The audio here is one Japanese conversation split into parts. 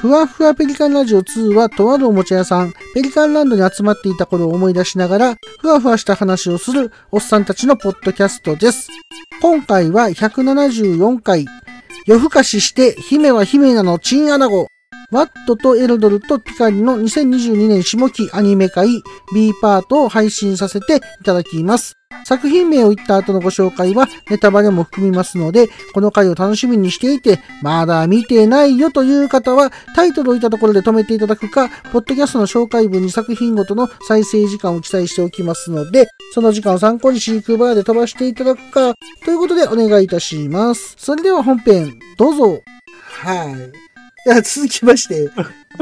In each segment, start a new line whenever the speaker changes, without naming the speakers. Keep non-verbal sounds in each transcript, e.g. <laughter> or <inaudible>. ふわふわペリカンラジオ2はとあるおもちゃ屋さん、ペリカンランドに集まっていた頃を思い出しながら、ふわふわした話をするおっさんたちのポッドキャストです。今回は174回、夜更かしして姫は姫なのチンアナゴ。ワットとエルドルとピカリの2022年下期アニメ会 B パートを配信させていただきます。作品名を言った後のご紹介はネタバレも含みますので、この回を楽しみにしていて、まだ見てないよという方は、タイトルを置いたところで止めていただくか、ポッドキャストの紹介文に作品ごとの再生時間を記載しておきますので、その時間を参考に飼育バーで飛ばしていただくか、ということでお願いいたします。それでは本編、どうぞ。はい。では続きま <laughs> して、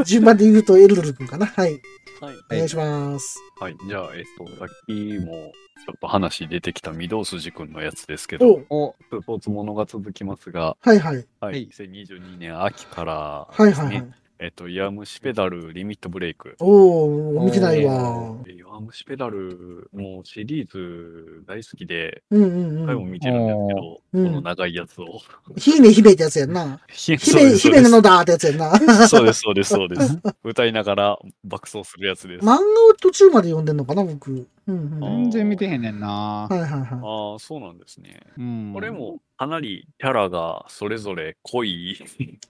順番で言うとエルドル君かな。はい。
はい。
お願いします。
はい。じゃあ、えっと、さっきもちょっと話出てきた御堂筋くんのやつですけ
お
ど、
お、
スポーツものが続きますが、
はいはい。
はい。
はい
2022年秋から
はい
です
は
ね、
いはい。
えっと、イヤムシペダルリミットブレイク。
おー、見てないわ。
えイヤムシペダルもシリーズ大好きで、
うんうんう
回も
ん。
見てるんですけど、
うん
この長いやつを。
姫姫ってやつやんな。
姫
姫、姫なのだってやつやんな。 <laughs>
そうです、そうです、そう <laughs> です。歌いながら爆走するやつです。
漫画を途中まで読んでんのかな、僕。うんうん。は
全然見てへんねんな。
いはいは
ああ、そうなんですね。
うん
これ。もかなりキャラがそれぞれ濃い。
い。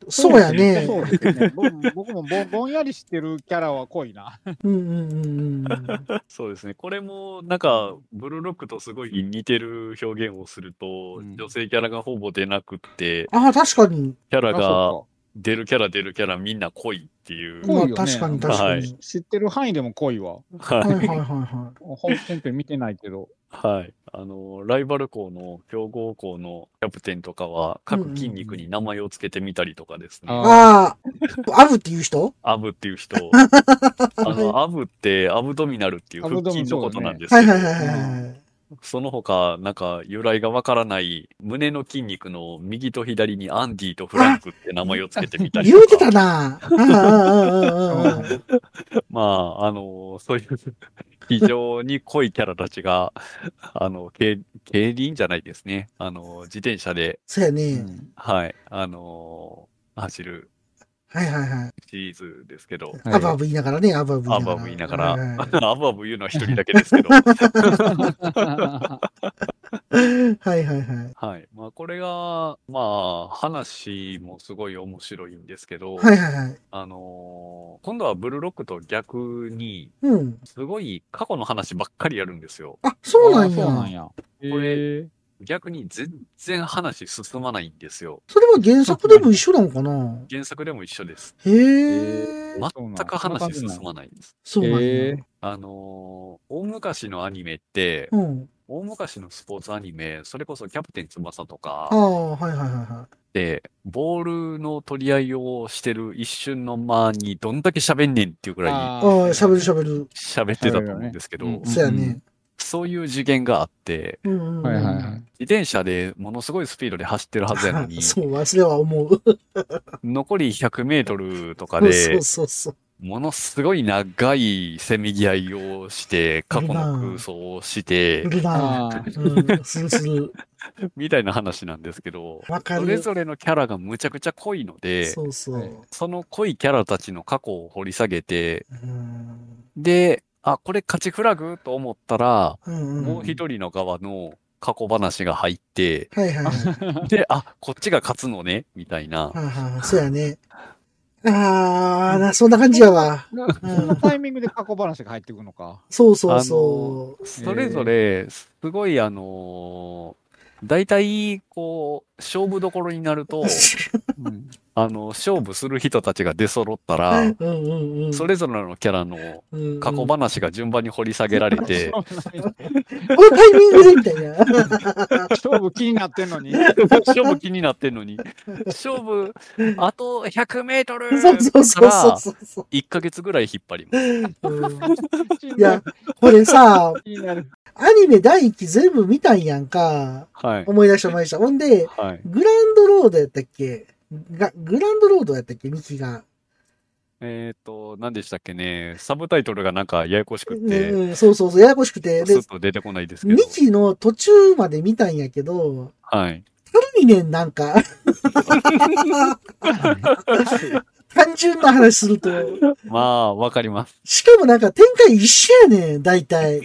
そうやね。
そうですね。僕も僕もぼぼんやりしてるキャラは濃いな。
うんうんうんうん。
そうですね。これもなんかブルーロックとすごい似てる表現をすると、
うん
女性キャラがほぼ出なくって、
ああ、確かに。
キャラ
あ
が
そ
出るキャラ出るキャラみんな濃いっていう。
濃い
まあ
よね
確かに確か
う
に
か。知ってる範囲でも濃いわ。
はいは
はいい。
はいは
本編って見てないけど。
はい。あの、ライバル校の強豪校のキャプテンとかは各筋肉に名前をつけてみたりとかですね。
うんうん
い。
うん
ああ、アブっていう人
アブっていう人。あの、アブってアブドミナルっていう腹筋のことなんです
は
け
い
ど
はいはいはい。
その他、なんか由来がわからない胸の筋肉の右と左にアンディとフランクって名前をつけてみたり
言うて
とか、
たな。うんうんうんうんう
<laughs>
ん。
まあ、あの、そういう非常に濃いキャラたちが、あの、競競輪じゃないですね。あの、自転車で、
そうや
う
ね。
ん
はい、あの、走る
はいはいはい。
シリーズですけど、
はい
アブアブ言いながらね、アブアブ
アブアブ言いながら、
はいはいは
アブアブ言うのは一人だけですけど、
いはいはいはい。
はい。まあ、これが、まあ、話もすごい面白いんですけ
<laughs>
ど、
はいはいはい。
あのー今度はブルーロックと逆に、
うん。
すごい過去の話ばっかりやるんですよ。
あ、 <laughs> そうなん
あそうなん
や。
や。
これ
へー
逆に全然話進まないんですよ。
それは原作でも一緒なのかな
原作でも一緒です。
へ
全
え。
そうなん
く
そんな感
話
じなん
進まないです。
そうなん
へ
や
ー。
あのー大昔のアニメって、
うん。
大昔のスポーツアニメ、それこそキャプテン翼とか
ああ、はいはいはいは
で、ボールの取り合いをしてる一瞬の間にどんだけ喋んねんっていうくらい
い。ああ、喋る喋る。
喋ってたと思うんですけど、
喋るよねうん
そうやね。
そういう次元があって、
うんうんうん。
はいはいはい。
自転車でものすごいスピードで走ってるはずやのに、
<laughs> そう、忘れは思う。
残り100メートルとか
そ
で
う、そうそう。
ものすごい長いせめぎ合いをして、過去の空想をして
い、るな。
あー
うん、するする。
みたいな話なんですけど、
わか
それ
る。
ぞれのキャラがむちゃくちゃ濃いので、
そうそう。
はい
その濃いキャラたちの過去を掘り下げて、
うん
で、あ、これ勝ちフラグと思ったら、
うんうん。
もう一人の側の過去話が入って、
はいはいはい。
で、あ、こっちが勝つのね、みたいな。
はいはいはい、そうやね。ああ、な、そんな感じやわ。
な
う
その
ん、
タイミングで過去話が入ってくるのか。
そうそうそ
それぞれ、すごい、あのー、大体、こう、勝負どころになる
<laughs>
と、
う。
うん
あの、勝負する人たちが出揃ったら、
<laughs> うんうんうん。
それぞれのキャラの
うんうん、
過去話が順番に掘り下げられ
<laughs>
て、
このタイミングでみたいな。
勝負気になってんのに。
勝負気になってんのに、勝負、あと100メートル
<laughs> そうそ
か
うそうそう
ら、
そうそ
1ヶ月ぐらい引っ張ります。
う、うんいや、これさ、
気に
<laughs>
なる。
アニメ第一期全部見たんやんか。
はい。
思い出した思い出した。ほんで、
はい。
グランドロードやったっけがグランドロードやったっけミキが。
えっ、と、何でしたっけね、サブタイトルがなんかややこしく
うん
て、
うん、そうそうそう、ややこしくて。
ス
で
ッ、と出てこないですけ
2
ど、
期の途中まで見たんやけど、
はい。
たるいねん、なんか。 <laughs> 単純な話すると。
まあ、わかります。
しかもなんか展開一緒やねん、
<laughs>
大体。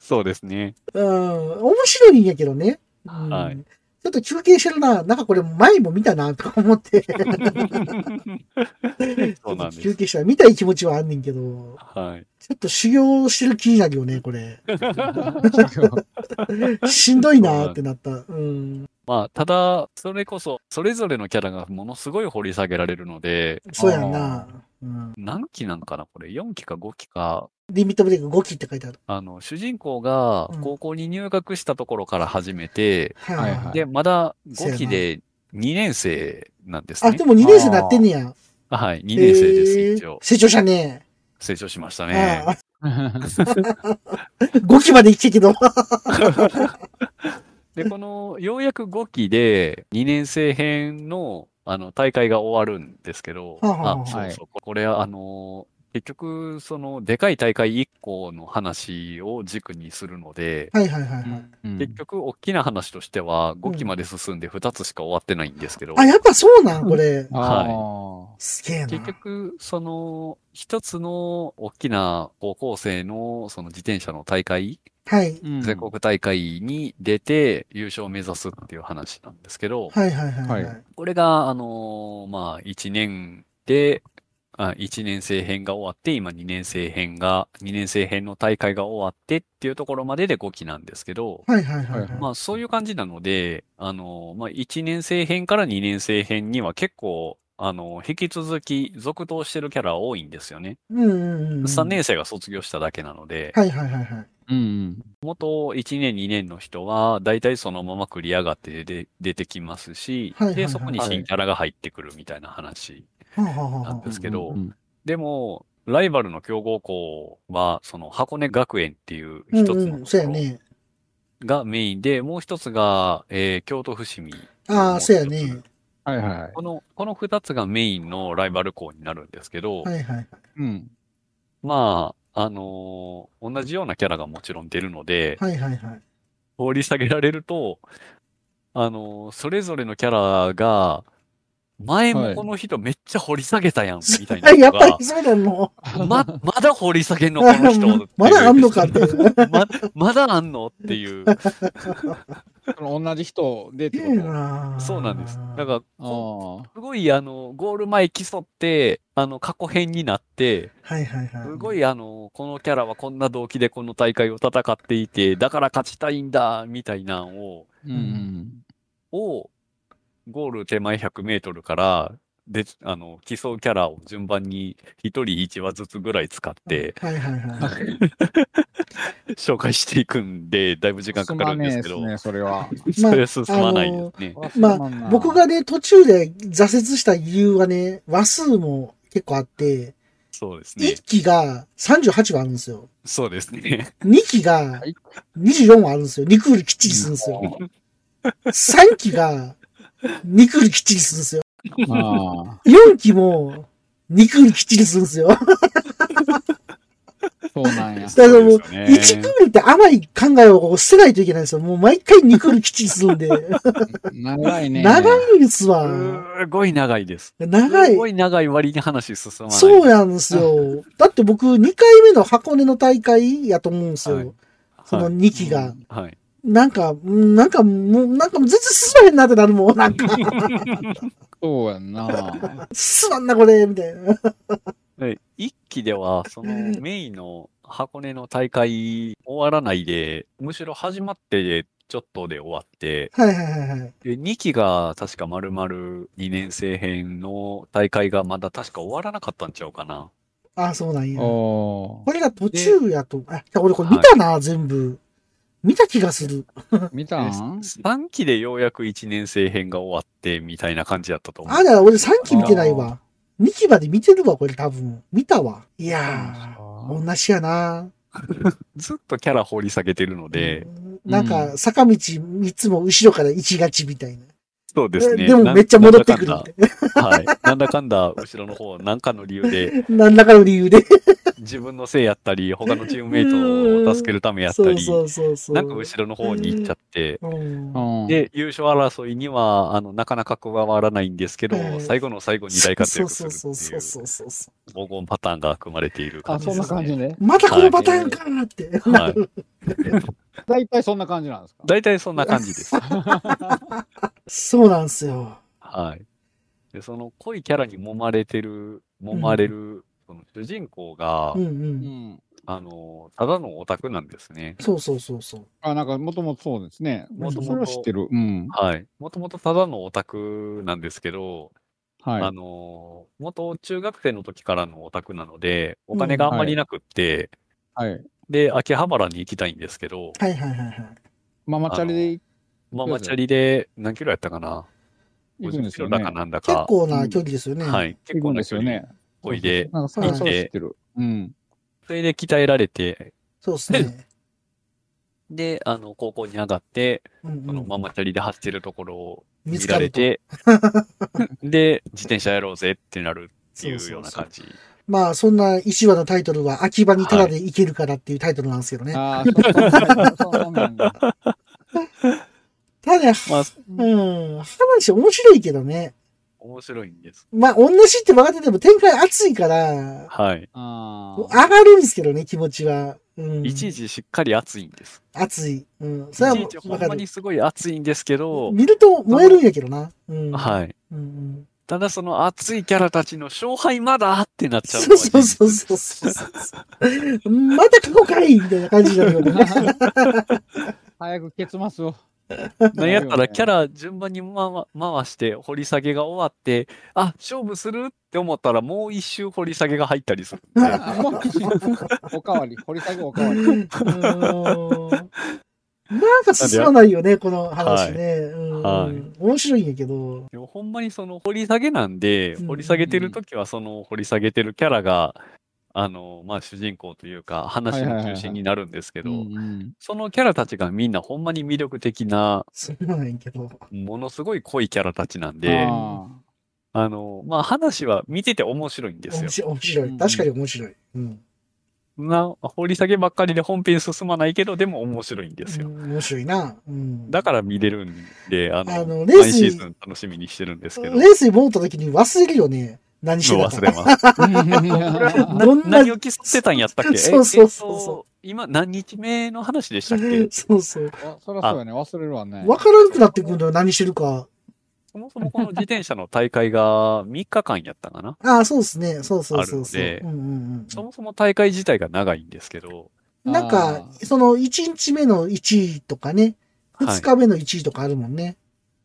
そうですね。
うん。面白いんやけどね。うん
はい
ちょっと休憩してるな。なんかこれ前も見たな、とか思って。
そうなんで
休
す。
憩したら見たい気持ちはあんねんけど、
はい。
ちょっと修行してる気になるよね、
<laughs>
これ。しんどいなーってなった。うん。
まあ、ただ、それこそ、それぞれのキャラがものすごい掘り下げられるので、
そうやんな。うん。
何期なんかなこれ、4期か5期か、
リミットブレイク5期って書いてある。
あの、主人公が
うん
高校に入学したところから始めて、
はい
はいはい
で、まだ
そうや
5
な
期で2年生なんです
あ、
ね
で。も2年生なってんねや。
はい、2年生です、
へー
一応。
成長したね。
成長しましたね
あ。あ5期まで <laughs> 生き
<laughs>
てけど。
で、この、ようやく5期で、2年生編の、あの、大会が終わるんですけど、
はあはあは
あ、
あ
そうそう、これは、あの、結局、その、でかい大会1個の話を軸にするので、
はいはいはいはい。
結局、大きな話としては、5期まで進んで2つしか終わってないんですけど、
あ、やっぱそうなんこれ。
は
すげえな。
結局、その、一つの大きな高校生の、その自転車の大会、
はい。
い。
全国大会に出て優勝を目指すっていう話なんですけど、
はいはいはいはい。
は
これが、あのーまあ、1年で、あ、1年生編が終わって、今2年生編が、2年生編の大会が終わってっていうところまでで5期なんですけど、
はいはいはいはい。
まあ、そういう感じなので、あのーまあ、1年生編から2年生編には結構、あのー引き続き続投してるキャラ多いんですよね。
うんうんうん。
3年生が卒業しただけなので、
はいはいはいはい。
うん。
元1年2年の人は、大体そのまま繰り上がって出て出てきますし
はいはい、はい
で、そこに新キャラが入ってくるみたいな話。
はあはあは
な
あ
んですけどでも、ライバルの強豪校は、その箱根学園っていう一つ
うんう
の
ん。
と
そうや
ころ
ね。
がメインで、もう一つが、えー京都伏見。
ああ、そうやね。
はいはい。
この、この二つがメインのライバル校になるんですけど、
はいはい。
うん。
まあ、あのー同じようなキャラがもちろん出るので、
はいはいはい。
掘り下げられると、あのーそれぞれのキャラが、前もこの人めっちゃ掘り下げたやん、みたいな
や
の
っぱ
が
り、そうなの。
ま、まだ掘り下げんの、この人っていう。
<laughs> まだあんのかって。
<laughs> ま、まだあんのっていう。
同じ人でって
いい
こ
な
そうなんです。だから、こ
と。
うすごい、あの、ゴール前競って、あの、過去編になって、
はいはいはい。
すごい、あの、このキャラはこんな動機でこの大会を戦っていて、だから勝ちたいんだ、みたいなんを、
うん。
を、ゴール手前100メートルから、で、あの、競うキャラを順番に一人一話ずつぐらい使って
はいはいはい。
紹介していくんで、だいぶ時間かかるんですけど、
ね、それは。
まあ
それは進まないですね。
まあ、僕がね、途中で挫折した理由はね、話数も結構あって、
そうですね
1。期が38話あるんですよ。
そうですね。
2期が
はい
24話あるんですよ。2クールきっちりするんですよ。3期が2クールきっちりするんですよ。
あ
4期も2クールきっちりするんですよ。
あ、そうなんや。
だからもう
そうですよね
1クールって甘い考えを捨てないといけないんですよ。もう毎回2クールきっちりするんで。
長いね。
長いですわ。
すごい長いです。
長
す
い
ご。い長い割に話進まない。
そうなんですよ。 <laughs> だって僕、2回目の箱根の大会やと思うんですよ。
はい
その2期が。
はい。
なんか、うんなんか、もう、なんかもう全然進まへんなってなるもん。なんか、
そうやんな。
進まんな、これ、みたいな。 <laughs>
はい。一期では、そのメインの箱根の大会終わらないで、むしろ始まってちょっとで終わって、
はいはいはいはい。
で、2期が確か丸々2年生編の大会がまだ確か終わらなかったんちゃうかな。
ああ、そうなんや。こ
お
れが途中やと。あ、いや俺これ見たな、全部。見た気がする。
見
で
たん
3期でようやく1年生編が終わってみたいな感じだったと思う。
あ、だから俺3期見てないわ。2期まで見てるわ、これ多分。見たわ。いやー、同じやな。
ずっとキャラ掘り下げてるので、
うんなんか、坂道3つも後ろから行きがちみたいな。
そうですね。
でも
な
めっちゃ戻ってくる
なん
っ
だ
て。
かんだはい。なんだかんだ、後ろの方、なんかの理由で、
<laughs> <laughs> 何らかの理由で。
自分のせいやったり、他のチームメイトを助けるためやった
そう
り、
そうそうそう。
なんか後ろの方に行っちゃって、
うん
うん
で、優勝争いには、あの、なかなか加わらないんですけど、
うん
最後の最後に大活躍するって
そうそ
いうう
そうそうそ
黄金パターンが組まれている感
あ、
じで
そ
す、
ん
ね。
な感じね。
う。またこのパターンかーって。
はい。
大体そんな感じなんですか
大体そんな感じです。
<laughs> そうなんですよ。
はい。で、その濃いキャラに揉まれてる、揉まれる、その主人公が、
うんう。
うんん。
あの、ただのオタクなんですね。
そうそうそうそう。
あ、なんかもともとそうですね。
もともと
それは知ってる。うん。
はい。もともとただのオタクなんですけど、あ
は
の、元中学生の時からのオタクなので、お金があんまりなくって、
い。はい。
で、秋葉原に行きたいんですけど、
はいはいはいはい。
ママチャリで
ママチャリで何キロやったかな
行くん
?50
で
キ
すよ
ロ
ね
だ。かなんだ
結
か。
構な距離ですよね。
はい。結
行く
構
んで
な
す
距
よ
離。
ね。
おいで、
なんかそれは
はい
そう知ってる。うん。
それで鍛えられて、
そうで
<laughs>
すね。
で、あの、高校に上がって、
うん
あ
う
の
ん
ママチャリで走ってるところを
見
見
つから
れ
ると。
て、 <laughs> で、自転車やろうぜってなるっていうような感じ。
まあそんな1話のタイトルは秋葉にタダで行けるからっていうタイトルなんですけどね。
ああ、そうそうそうなんだ。
ただね、
まあ、
うん、話面白いけどね。
面白いんです。
まあ同じって分かってても展開熱いから、
はい。
あ
上
あ。
がるんですけどね、気持ちは。うん。
いちいちしっかり熱いんです。
熱い。うん。そ
い
れは
ちいちほ
分
ん
か
ま
る
に。すごい熱いんですけど、
見ると燃えるんやけどな。うん。
はい。
うんうん。
ただその熱いキャラたちの勝敗まだってなっちゃうの
そ
は
うそうそうそうそうそう。また過去かいみたいな感じだよね。
早く結末
<laughs>
を。
なんやったらキャラ順番にまわ回して掘り下げが終わって、あ、勝負するって思ったらもう一周掘り下げが入ったりするん
<laughs>
で、
あおかわり、掘り下げおかわり。
うんなんか進まないよね、この話ね。うん
はい
面白いんやけど。
でもほんまにその掘り下げなんで
うん、
掘り下げてる時はその掘り下げてるキャラが、あの、まあ主人公というか話の中心になるんですけ
う
ど、
んうん
そのキャラたちがみんなほんまに魅力的な、
そうなんやけど。
ものすごい濃いキャラたちなんで、あ
あー
の、まあ話は見てて面白いんです
面
よ。
白い面白
うんう
い。
ん
確かに面白い。うん。
な、掘り下げばっかりで本編進まないけど、でも面白いんですよ。
うん面白いな。うん。
だから見れるんで、あの、
あのレース
毎シーズン楽しみにしてるんですけど、
レースに戻った時に忘れるよね。何して
もう
た
忘
か。
れます。
どんな
何を競ってたんやったっけえ
そうそうそう
えっ
そ
と今何日目の話でしたっけ
そうそう。
あ <laughs> そりゃそうやね、忘れるわね。
わからなくなってくるのよ、何してるか。
そもそもこの自転車の大会が3日間やったかな
ああ、そうですね。そうそうそうそう。
あるんで
うんうん
そもそも大会自体が長いんですけど、
うん、なんか、
あ
その、1日目の1位とかね、
はい
2日目の1位とかあるもんね。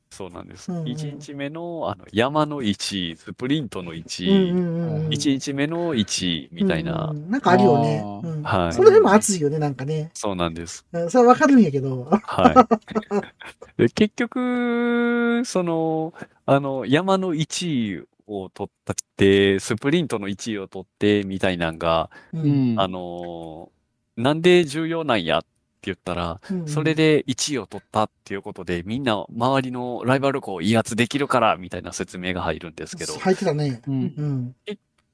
そうなんです。
うんうん
1日目のあの山の1位、スプリントの
うんう
1位、
んうんうん。
1日目の1位みたいな
うん、うんうん。なんかあるよね。
あー
うん
はい
それでも熱いよね、なんかね。
そうなんです。
うんそれはわかるんやけど。 <laughs>
はい。で結局、その、あの、山の1位を取ったって、スプリントの1位を取って、みたいなんが、
う
う。ん
あの、なんで重要なんやって言ったら、
うん
それ。で1位を取ったっていうことで、みんな周りのライバル校を威圧できるから、みたいな説明が入るんですけど、
入ってたね。
うん
うん。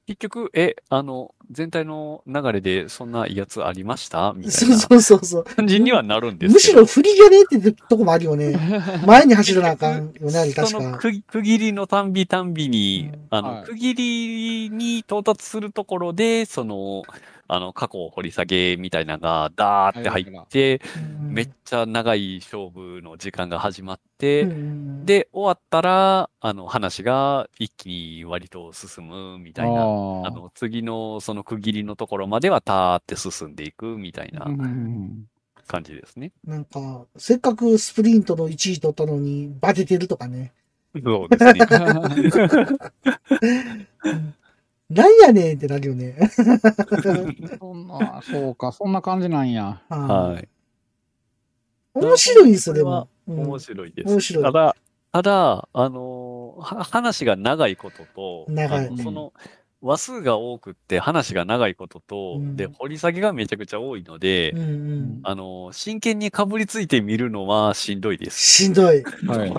結局、え、あの、全体の流れでそんな威圧ありましたみたい
そう
な
そうそうそう。
感じにはなるんです
む
け
し
ど
ろ振りがねえってとこもあるよね。
<laughs>
前に走らなあかんよね、あれ確
その
か。
区区切りのたんびたんびに、
うん
あの、
はい
区切りに到達するところで、その、あの、過去を掘り下げみたいなのが、ダーって入って、
うん
めっちゃ長い勝負の時間が始まって、
うんうん
で、終わったら、あの、話が一気に割と進むみたいな。あの、次のその区切りのところまでは、たーって進んでいくみたいな
うんうん
感じですね。
なんか、せっかくスプリントの1位取ったのに、バテてるとかね。
そうです
<laughs>
ね。 <laughs>
なんやねんってなるよね。
そんな、そうか、そんな感じなんや。
は
はいい。
<laughs> 面白いんですよ、でも。うん
面白いです。
面白い
ただ、ただ、あのーは話が長いことと、
長い
あのその、話数が多くって話が長いことと、
うん
で、掘り下げがめちゃくちゃ多いので、
うんうん
あのー真剣にかぶりついてみるのはしんどいです。 <laughs>
しんどい。
はい。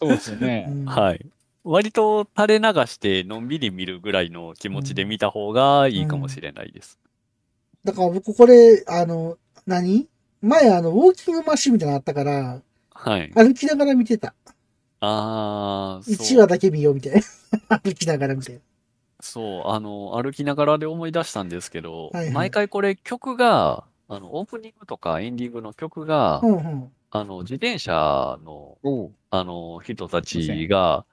そうですよ
う
ね。
ん
はい。割と垂れ流してのんびり見るぐらいの気持ちで見た方がいいかもしれないです。
だから僕これ、あの、何前あの、ウォーキングマシンみたいなのあったから、
はい。
歩きながら見てた。
ああ、
1
そ
話
う、
だけ見ようみたいな。 <laughs> 歩きながら見て。
そう、あの、歩きながらで思い出したんですけど、
はいはい
毎回これ曲が、あの、オープニングとかエンディングの曲が、
うんうん。
あの、自転車の、
おう
あの、人たちが、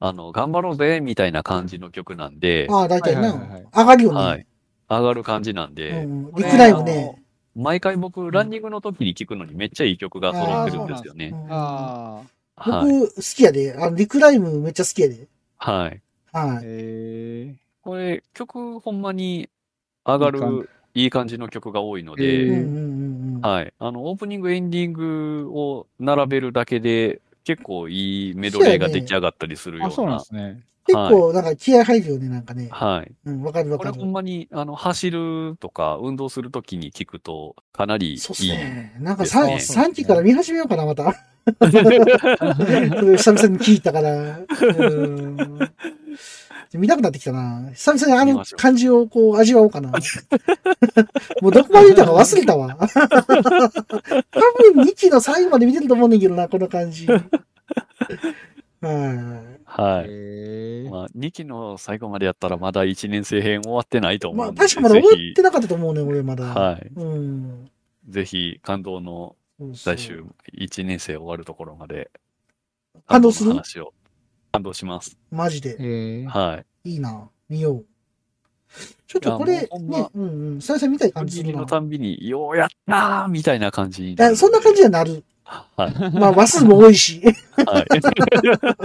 あの、頑張ろうぜ、みたいな感じの曲なんで、
ああ、大体な。
はいはいはいはい
上がるよね。
はい。上がる感じなん
う
で、
んうん。リクライブね。
毎回僕、ランニングの時に聴くのにめっちゃいい曲が揃ってるんですよ
う
ね。
ん
あ
はい。
僕、好きやで。あの、リクライムめっちゃ好きやで。
はい。
はい。
あ、え
これ、曲ほんまに上が
いい感
る、いい感じの曲が多いの
うんうん
で、
うんうん。
はい。あの、オープニング、エンディングを並べるだけで、結構いいメドレーが出来上がったりする
ー、あ、
よ
そううなん
な
で。すね。
結構、なんか気合入るよね、なんかね。
はい。
うん、わかるわ
こ
か
れ
る
ほ。んまに、あの、走るとか、運動するときに聞くと、かなりいい。
そうっすね。なんか
ですね
3, 三期から見始めようか
<laughs>
な、また。それ久々に聞いたから。うん見なくなってきたな。久々にあ
見
の
ましょう
感じをこう味わおう
<laughs>
かな。もうどこまで見たか忘れたわ。多分2期の最後まで見てると思うねんだけどな、この感じ。はい。
はい。
えー、
まあ、2期の最後までやったら、まだ1年生編終わってないと思
ま
う
あ
んで、
確かまだ
ぜ
終わ
ひ
って、なかったと思うね、俺まだ。
はい。
うん。
ぜひ、感動の
そうそ
最
う
終、1年生終わるところまで、
感動する
感動の話を、感動します。
マジで。
えー、
はい。
いいな。見よう。ちょっとこ
いや
れ、
もうほんま
ね、うんうん。久々に見たい感
区
じ
切
する
り
な。
のたんびに、ようやったーみたいな感じに
いやそんな感じにはなる。
はい。 <laughs>
まあ、話数も多いし。 <laughs>
はい。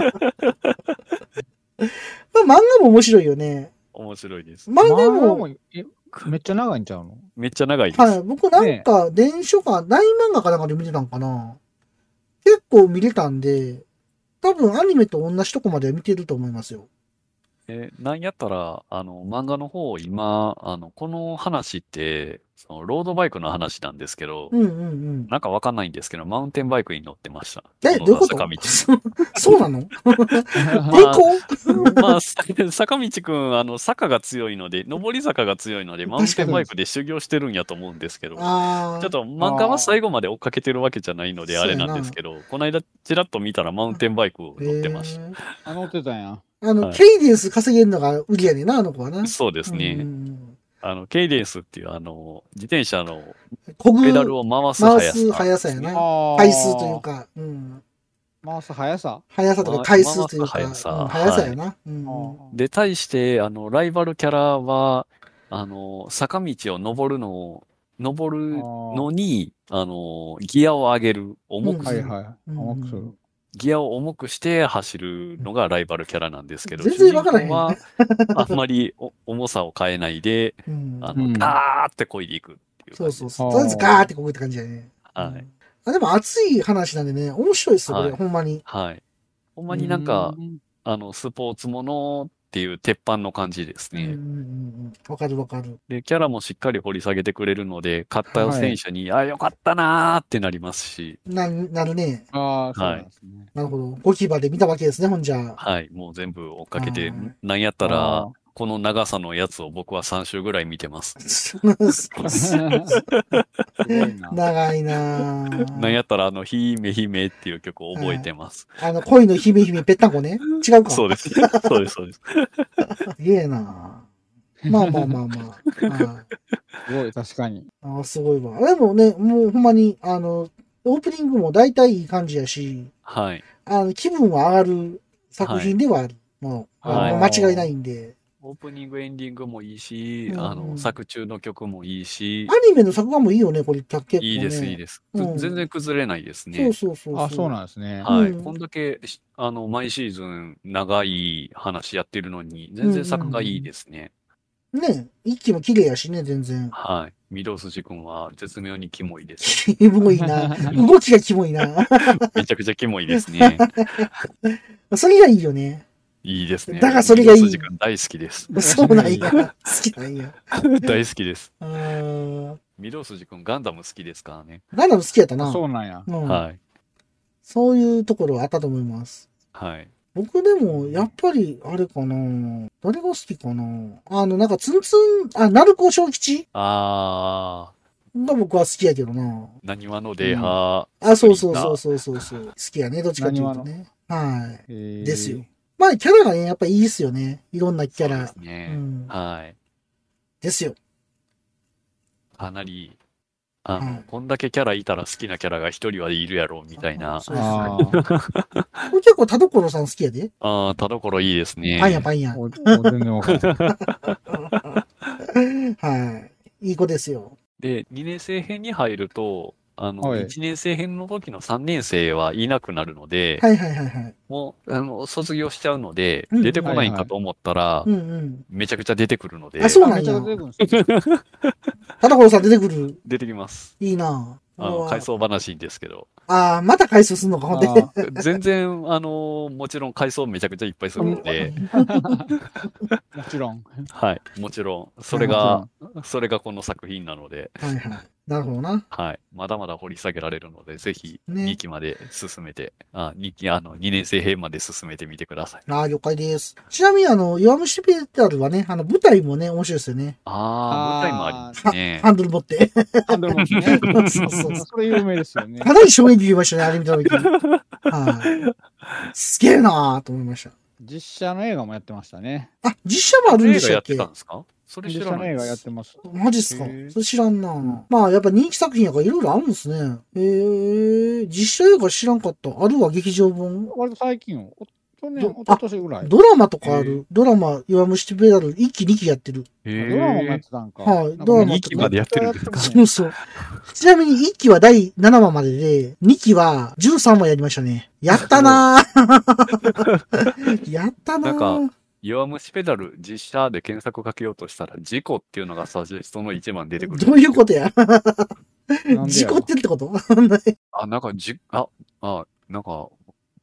まあ、漫画も面白いよね。
面白いです。
漫画
漫画
も、
もえめっちゃ長いんち
<laughs>
ゃうの
めっちゃ長いです。
はい、僕なんか、電書か、LINE 漫画かなんかで見てたんかな。結構見れたんで、多分アニメと同じとこまでは見てると思いますよ。
え、なんやったら、あの、漫画の方、今、あの、この話って、その、ロードバイクの話なんですけど、
うんうんうん。
なんかわかんないんですけど、マウンテンバイクに乗ってました。
え、
こ
ど
の
ういうこと <laughs>
坂道。
そうな
<laughs>
の
ま
抵抗
まあ、さ坂道くん、あの、坂が強いので、上り坂が強いので、マウンテンバイクで修行してるんやと思うんですけど、ちょ
ああ。
っと漫画は最後まで追っかけてるわけじゃないので、
そ
あ
う
れ
やな
なんですけど、この間、ちらっと見たらマウンテンバイクを乗ってました。
へー
あ、乗ってたんや。
あの、
はい
ケイデンス稼げるのが売りやねんな、あの子はな。
そうです
うんう
ね。
ん
あの、ケイデンスっていう、あの、自転車の
うん。こぐ、
ペダルを回す
回
速
す
さ。
速さやな。
あー
回数という。か、うん。
回す速さ。
速さとか回数というか、
回す速さ
うん
はい
速さやな。うん
で、対して、あの、ライバルキャラは、あの、坂道を登るのを、登るの
の
に、あの、ギアを上げる、重
うん
く、
はいはい。
うん
甘くする。
ギアを重くして走るのがライバルキャラなんですけど、
全然わからへ
主人
ん
公は、あんまりお重さを変えない
<laughs>
で、
うん
あ
う
の、
ん
ガーって漕いでいくっていう感
そう
じ
そう
です。
そう。
あー
とりあえずガーってこぐって感じだね。
はい。
あでも熱い話なんでね、面白いですよ、これ、
はい
ほんまに。
はい。ほんまになんか
う、ん
あの、スポーツものっていう鉄板の感じです
うんうんう
ね。
んうん。わかるわかる。
で、キャラもしっかり掘り下げてくれるので、勝った
はい
選手に、あ、よかったなーってなりますし、
な、なるね。
ああ、そうなんですね。
なるほど。ゴキバで見たわけですね、ほんじゃ。
はい、もう全部追っかけて
はい、
なんやった
あ
ら <laughs>
ー、
この長さのやつを僕は3週ぐらい見てます。
す
すごいな。
<laughs> 長いな
<laughs>
ぁ
なんやったら、あの、姫姫っていう曲を覚えてます。
あの、恋の姫姫ぺったんこね。違うか。
そうです。そうです、そうです。
すげえなぁまあまあまあまあ。
<laughs>
はい
すごい、確かに。
ああ、すごいわ。でもね、もうほんまに、あの、オープニングも大体いい感じやし、
はい。
あの、気分は上がる作品ではある。もう、あの
はい
間違いないんで。
オープニング、エンディングもいいし
う、ん
あの、作中の曲もいいし
ア、ニメの作画もいいよね、これ、結構、ね。
いいです、いいです。
うん
ず全然崩れないですね。
そうそうそうそう。
あそうなんですね。
あ
はい。
うん
こんだけし、あの、毎シーズン長い話やってるのに、全然作がいいですね。
ね一気も綺麗やしね、全然。
はい。御堂筋くんは絶妙にキモいです。
<laughs> キモい
<laughs>
な。動きがキモいな。 <laughs>
めちゃくちゃキモいですね。
それがいいよね。
いいですね。
だからそれがいい
御堂筋くん大好きです。
<laughs> そうなんや。
<laughs>
好きなんや。
大好きです。
うーん。
御堂筋くんガンダム好きですからね。
ガンダム好きやったな。
そうなんや。
うん。
はい。
そういうところはあったと思います。
はい。
僕でも、やっぱり、あれかな誰が好きかなあの、なんか、ツンツン、あ、鳴子小吉
あ
が僕は好きやけどな
ー、なにわのデーハ
あ、そうそうそうそうそうそう。好きやね、どっちかっていうとね。は
え
い。
ー
ですよ。。まあ、キャラがね、やっぱいいっすよね。いろんなキャ
ーで
ラ
す。
う
ね。
ん。
はい。
ですよ。
かなり、あの、
はい
こんだけキャラいたら好きなキャラが一人はいるやろ、みたいな。
そうです
あ
ね
あ、
これ結構田所さん好きやで。
ああ、田所いいですね。
パンやパンや。
おお全然わかんない。
<laughs> はい。いい子ですよ。
で、2年生編に入ると、あの、
はい
1年生編の時の3年生はいなくなるので、
はいはいはいはい。
もう、あの、卒業しちゃうので、
うん
出てこないんかと思ったら
う、んうん。
めちゃくちゃ出てくるので、
あそうなんや
めちゃくちゃ出てくるんですよ
田所さん出てくる。
出てきます。
いいな
あの、回
あ
想話ですけど、
あー、また回想するのか、ほんで。 <laughs>
あ
全然、あの、もちろん回想めちゃくちゃいっぱいするので、
あもちろん。
はい、もちろん、それが、それがこの作品なので、
はいはい。なるほどな。
はい、まだまだ掘り下げられるので、ぜひ、
ね
2期まで進めて、あ、2期、あの、2年生編まで進めてみてください。
ああ、了解です。ちなみに、あの、弱虫ペダルはね、あの、舞台もね、面白いですよね。
ああ、舞台もありますね。
ハンドル持って。
ハンドルもね。
そうそうそう。
それ有名ですよね。
かなり衝撃受けましたね、あれ見た時はい。すげえなーと思いました。
実写の映画もやってましたね。
あ、実写もあるんで
映
し
画
た
やっ
っけ
てたんですかそれ知
実
ら
写
な
の
い
映
で
画
す
やってます。
マジっすか
へー
それ知らんな、
ん
まあやっぱ人気作品やからいろいろあるんですね。えー、実写映画知らんかった。あるわ、劇場本。
割と最近よ。お去年、
ど
一昨年ぐらい。
ドラマとかあ
へ
る。ドラマ、弱虫ペダル、1期2期やってる。
へー
ドラマもやってたんか。
はい
なんか
ドラマ
二期までやってるんですか
そうそう。ちなみに1期は第7話までで、2期は13話やりましたね。やったなーやったなー
なん弱虫ペダル実写で検索かけようとしたら、事故っていうのがサジェストの一番出てくる。
どういうことや
なんで <laughs>
事
やろ
故ってるってこと <laughs>
あ、なんかじ、あ、あ、なんか、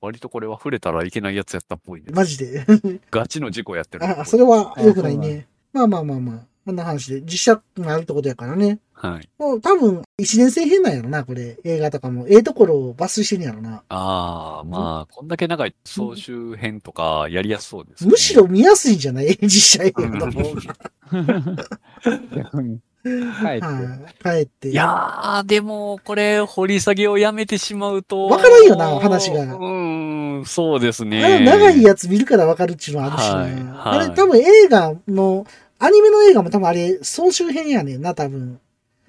割とこれは触れたらいけないやつやったっぽいね。
マジで。
ガチの事故やってる。
あ、それ。は良くないね。まあまあまあまあ。こんな話で。実写もあるってことやからね。
はい。
もう多分、一年生変なんやろな、これ。映画とかも。ええところを抜粋してんやろな。
ああ、まあ、こんだけ長い総集編とかやりやすそうです、ね。
むしろ見やすいんじゃない <laughs> 実写映画の方が。
逆に。はい。
はい。帰って。
いやー、でも、これ、掘り下げをやめてしまうと。
わからんよな話が
うーん、そうですね。
あの長いやつ見るからわかるっちゅうのあるしな。
はいはい
あれ多分映画の、アニメの映画も多分あれ、総集編やねんな、多分。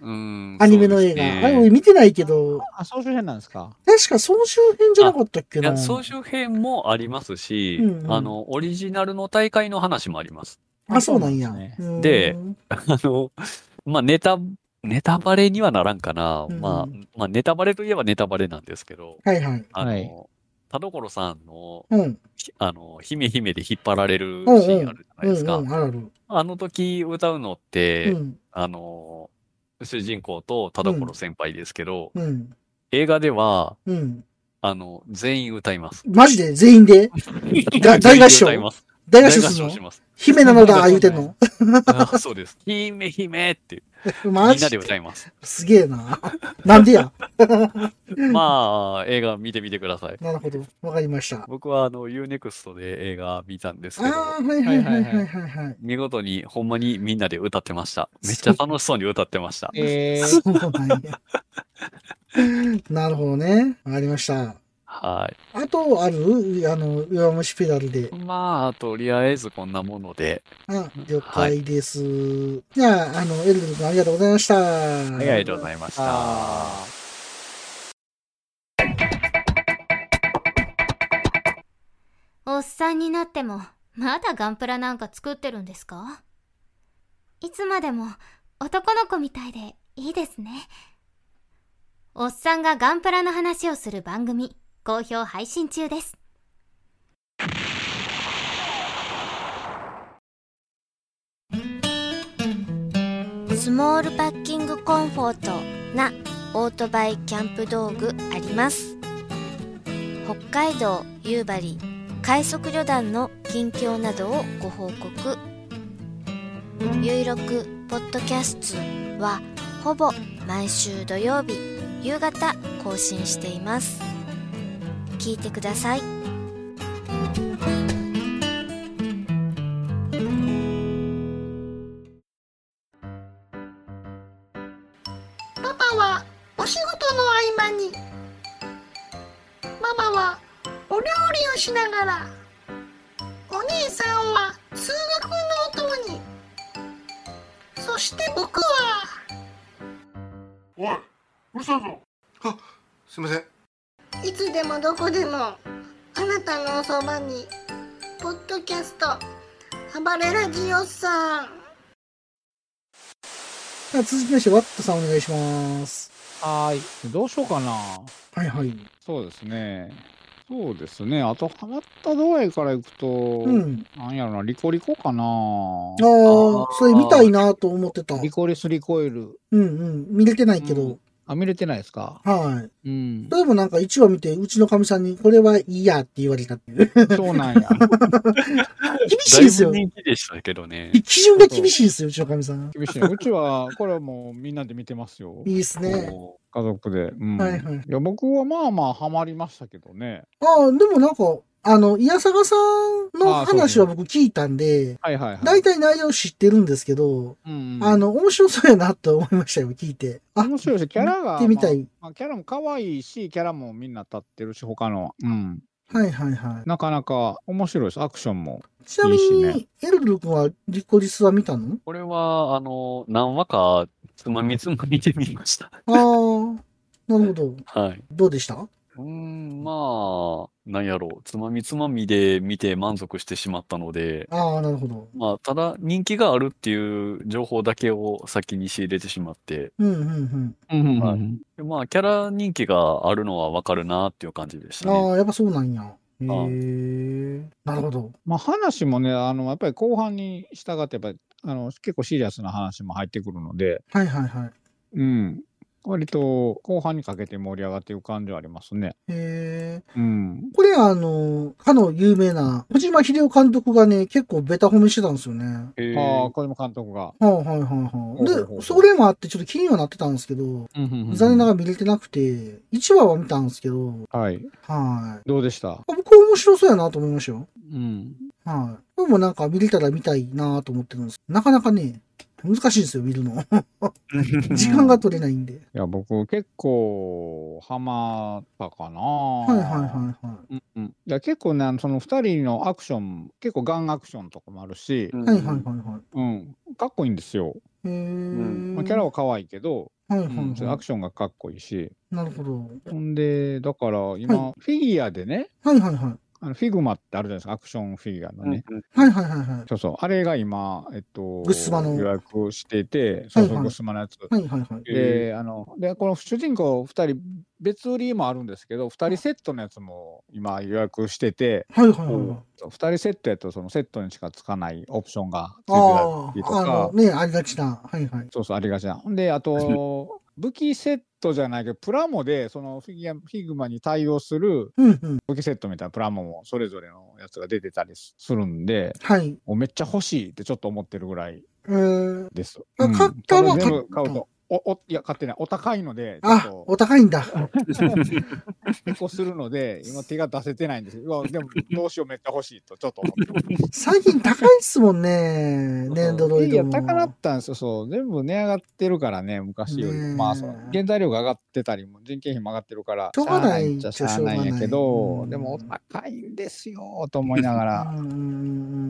うん。
アニメの
そうで
映
す
画。
ね
あれ俺見てないけど、
あ、総集編なんですか
確か総集編じゃなかったっけ
い
な。
や、総集編もありますし、
うんうん
あの、オリジナルの大会の話もあります。 <laughs>
あ、そうなんや
そうなんで。
うん
で、あの、まあ、ネタ、ネタバレにはならんかな。
うんうん
まあ、まあ、ネタバレといえばネタバレなんですけど、
はいはい。
あの、
はい
田所さんの、
うん。
ひあの、姫姫で引っ張られるシ
うんう
ー
ん
ンあるじゃない
う
で
ん、う
す
ん、
か。
あるある。
あの時歌うのって、
うん、
あの、主人公と田所先輩ですけど、
うん、
映画では、
うん。
あの、全員歌います。
マジで全員でが <laughs> 大合唱
全員歌います。
大合
大合
唱する
唱
の
します。
姫なのだ言うてんの
あそうです。姫姫って、み
<laughs> マ
んな
ジ
で
で
歌います。
すげえな。なんでや <laughs>
まあ、映画見てみてください。
なるほど。わかりました。
僕はあの UNEXT で映画見たんですけど、
ああ、はいはいはいはいはいはい。
見事にほんまにみんなで歌ってました。めっちゃ楽しそうに歌ってました。
えー、
そうなんや。 <laughs> なるほどね。わかりました。
は
あと、あるあの、弱虫ペダルで
い。。まあ、とりあえずこんなもので。
あ、了解です。じゃあ、あの、エルドル君ありがとうございました。
ありがとうございました。
あ
おっさんになっても、まだガンプラなんか作ってるんですかいつまでも男の子みたいでいいですね。おっさんがガンプラの話をする番組、好評配信中です。
スモールパッキングコンフォートなオートバイキャンプ道具あります北海道夕張快速旅団の近況などをご報告「ゆいろくポッドキャスト」はほぼ毎週土曜日夕方更新しています聞いてください
パパはお仕事の合間にママはお料理をしながらお兄さんは数学のお供にそして僕は
おい、うるさいぞ。あ、すいません。
いつでもどこでもあなたのおそばにポッドキャスト暴れラジオさん
では続きまして、ワットさんお願いします。
はーい。どうしようかな。
はいはい。
そうですね。そうですね。あと、ハマった度合いからいくと、
うん。
なんやろな、リコリコか
あ。
な
あ、それ見たいなと思ってた。
リコリスリコイル。
うんうん。見れてないけ
う
ど
ん。あ、見れてないですか
はい。
う
<laughs>
ん
そ。れもなんか1話見て、うちのかみさんに、これはいいやって言われたって <laughs> いう。
そうなんや。
厳しいですよ
だ。いぶ人気でしたけどね。
基準が厳しいですよ、うちのかみさん。
厳しい。うちは、これはもうみんなで見てますよ。
いいですね。
も
家族で。うん。
はいはい
や、僕はまあまあ、ハマりましたけどね。
ああ、でもなんか、あの、いやさがさんの
あーそうね
話は僕聞いたんで、
はいはいはい。
大体内容知ってるんですけど、
うんうん
あの、面白そうやなと思いましたよ、聞いて。あ、
面白いし、キャラ
行
が、
ってみたい。
まあ、キャラも可愛いし、キャラもみんな立ってるし、他の、うん。
はいはいは
なかなか面白いです。アクションも。
い。ちなみ
いいし
に、エルドル君はリコリスは見たの
うこれは、あの、何話かつまみつまみで見ました。
ああ、なるほど。
はい。
どうでした
うーん、まあ、なんやろう。つまみつまみで見て満足してしまったので、
ああ、なるほど。
まあ、ただ人気があるっていう情報だけを先に仕入れてしまって、
うんうんうん。
うんうん
でまあ、キャラ人気があるのはわかるなっていう感じでしたね。
ああ、やっぱそうなんや。へえ。なるほど。
まあ、話もね、あのやっぱり後半に従ってやっぱりあの、結構シリアスな話も入ってくるので、
はいはいはい。
うん、割と後半にかけて盛り上がっていく感じはありますね。
へえ。
うん、
これあの、かの有名な小島秀夫監督がね、結構ベタ褒めしてたんですよね。は
へー
ああ、小島監督が。
いはいはい
ほうほう
は
ほ
い。
う
で、それもあってちょっと気にはなってたんですけど、残念ながら見れてなくて、1話は見たんですけど、
ら。はい。
はい。
どうでした
僕は面白そうやなと思いましたよ。
うん。
はい。これもなんか見れたら見たいなと思ってるんです。なかなかね、難しいんですよ、見るの。 <laughs> 時間が取れないんで。
いや、僕、結構、ハマったかな。
は
はい
はいはいはい。
い。うんうん、いや、結構ね、あのその2人のアクション、結構ガンアクションとかもあるし、
はいはいはいはい。
うん、かっこいいんですよ。
へえ。
まあ、キャラは可愛いけど、
はいはい
うん、それ
は
アクションがかっこいいし。
い。なるほど。
ほんで、だから今、
は
フィギュアでね、
はいはいはい。
あのフィグマってあるじゃないですか、アクションフィギュアのね。
はいはいはいはい。
そうそう、あれが今、えっと、
グッスマの
予約をしていて、そうそう、
はいはい
グッスマのやつ。
はいはいはい。
で、あの、で、この主人公2人、別売りもあるんですけど、2人セットのやつも今予約してて、
はいはいはい。
2人セットやとそのセットにしかつかないオプションがつ
あ
いてたりと
あ、あ
か
の、、ね、ありがちな。はいはい。
そうそう、ありがちな。ほんで、あと、武器セットじゃないけど、プラモで、そのフィギュア、フィグマに対応する
うんうん。
武器セットみたいなプラモもそれぞれのやつが出てたりするんで、
はい。
もうめっちゃ欲しいってちょっと思ってるぐらい
えー、
です。
あ
うん
買ったの
ただ全部
買
買
っ
う
た
と、お、お、いや、買ってない。お高いので、ちょっ
あ、
と
お高い
<laughs>
んだ。
結構するので、今手が出せてないんですけど、うわ
<laughs>
でもどうしようめっちゃ欲しいとちょっと思ってる。
最近高いっすもんね。ネンドロイ
いや、
ド
高なっ
も。
たんですよ。そう、全部値上がってるからね、昔より。
ねえ
まあ、その原材料が上がってたりも、人件費も上がってるから、
しょうがない
っちゃしゃあないんやけ
しょうがな
ど、
い
でも、お高いですよと思いなが
う <laughs>
ら、
んうんうんう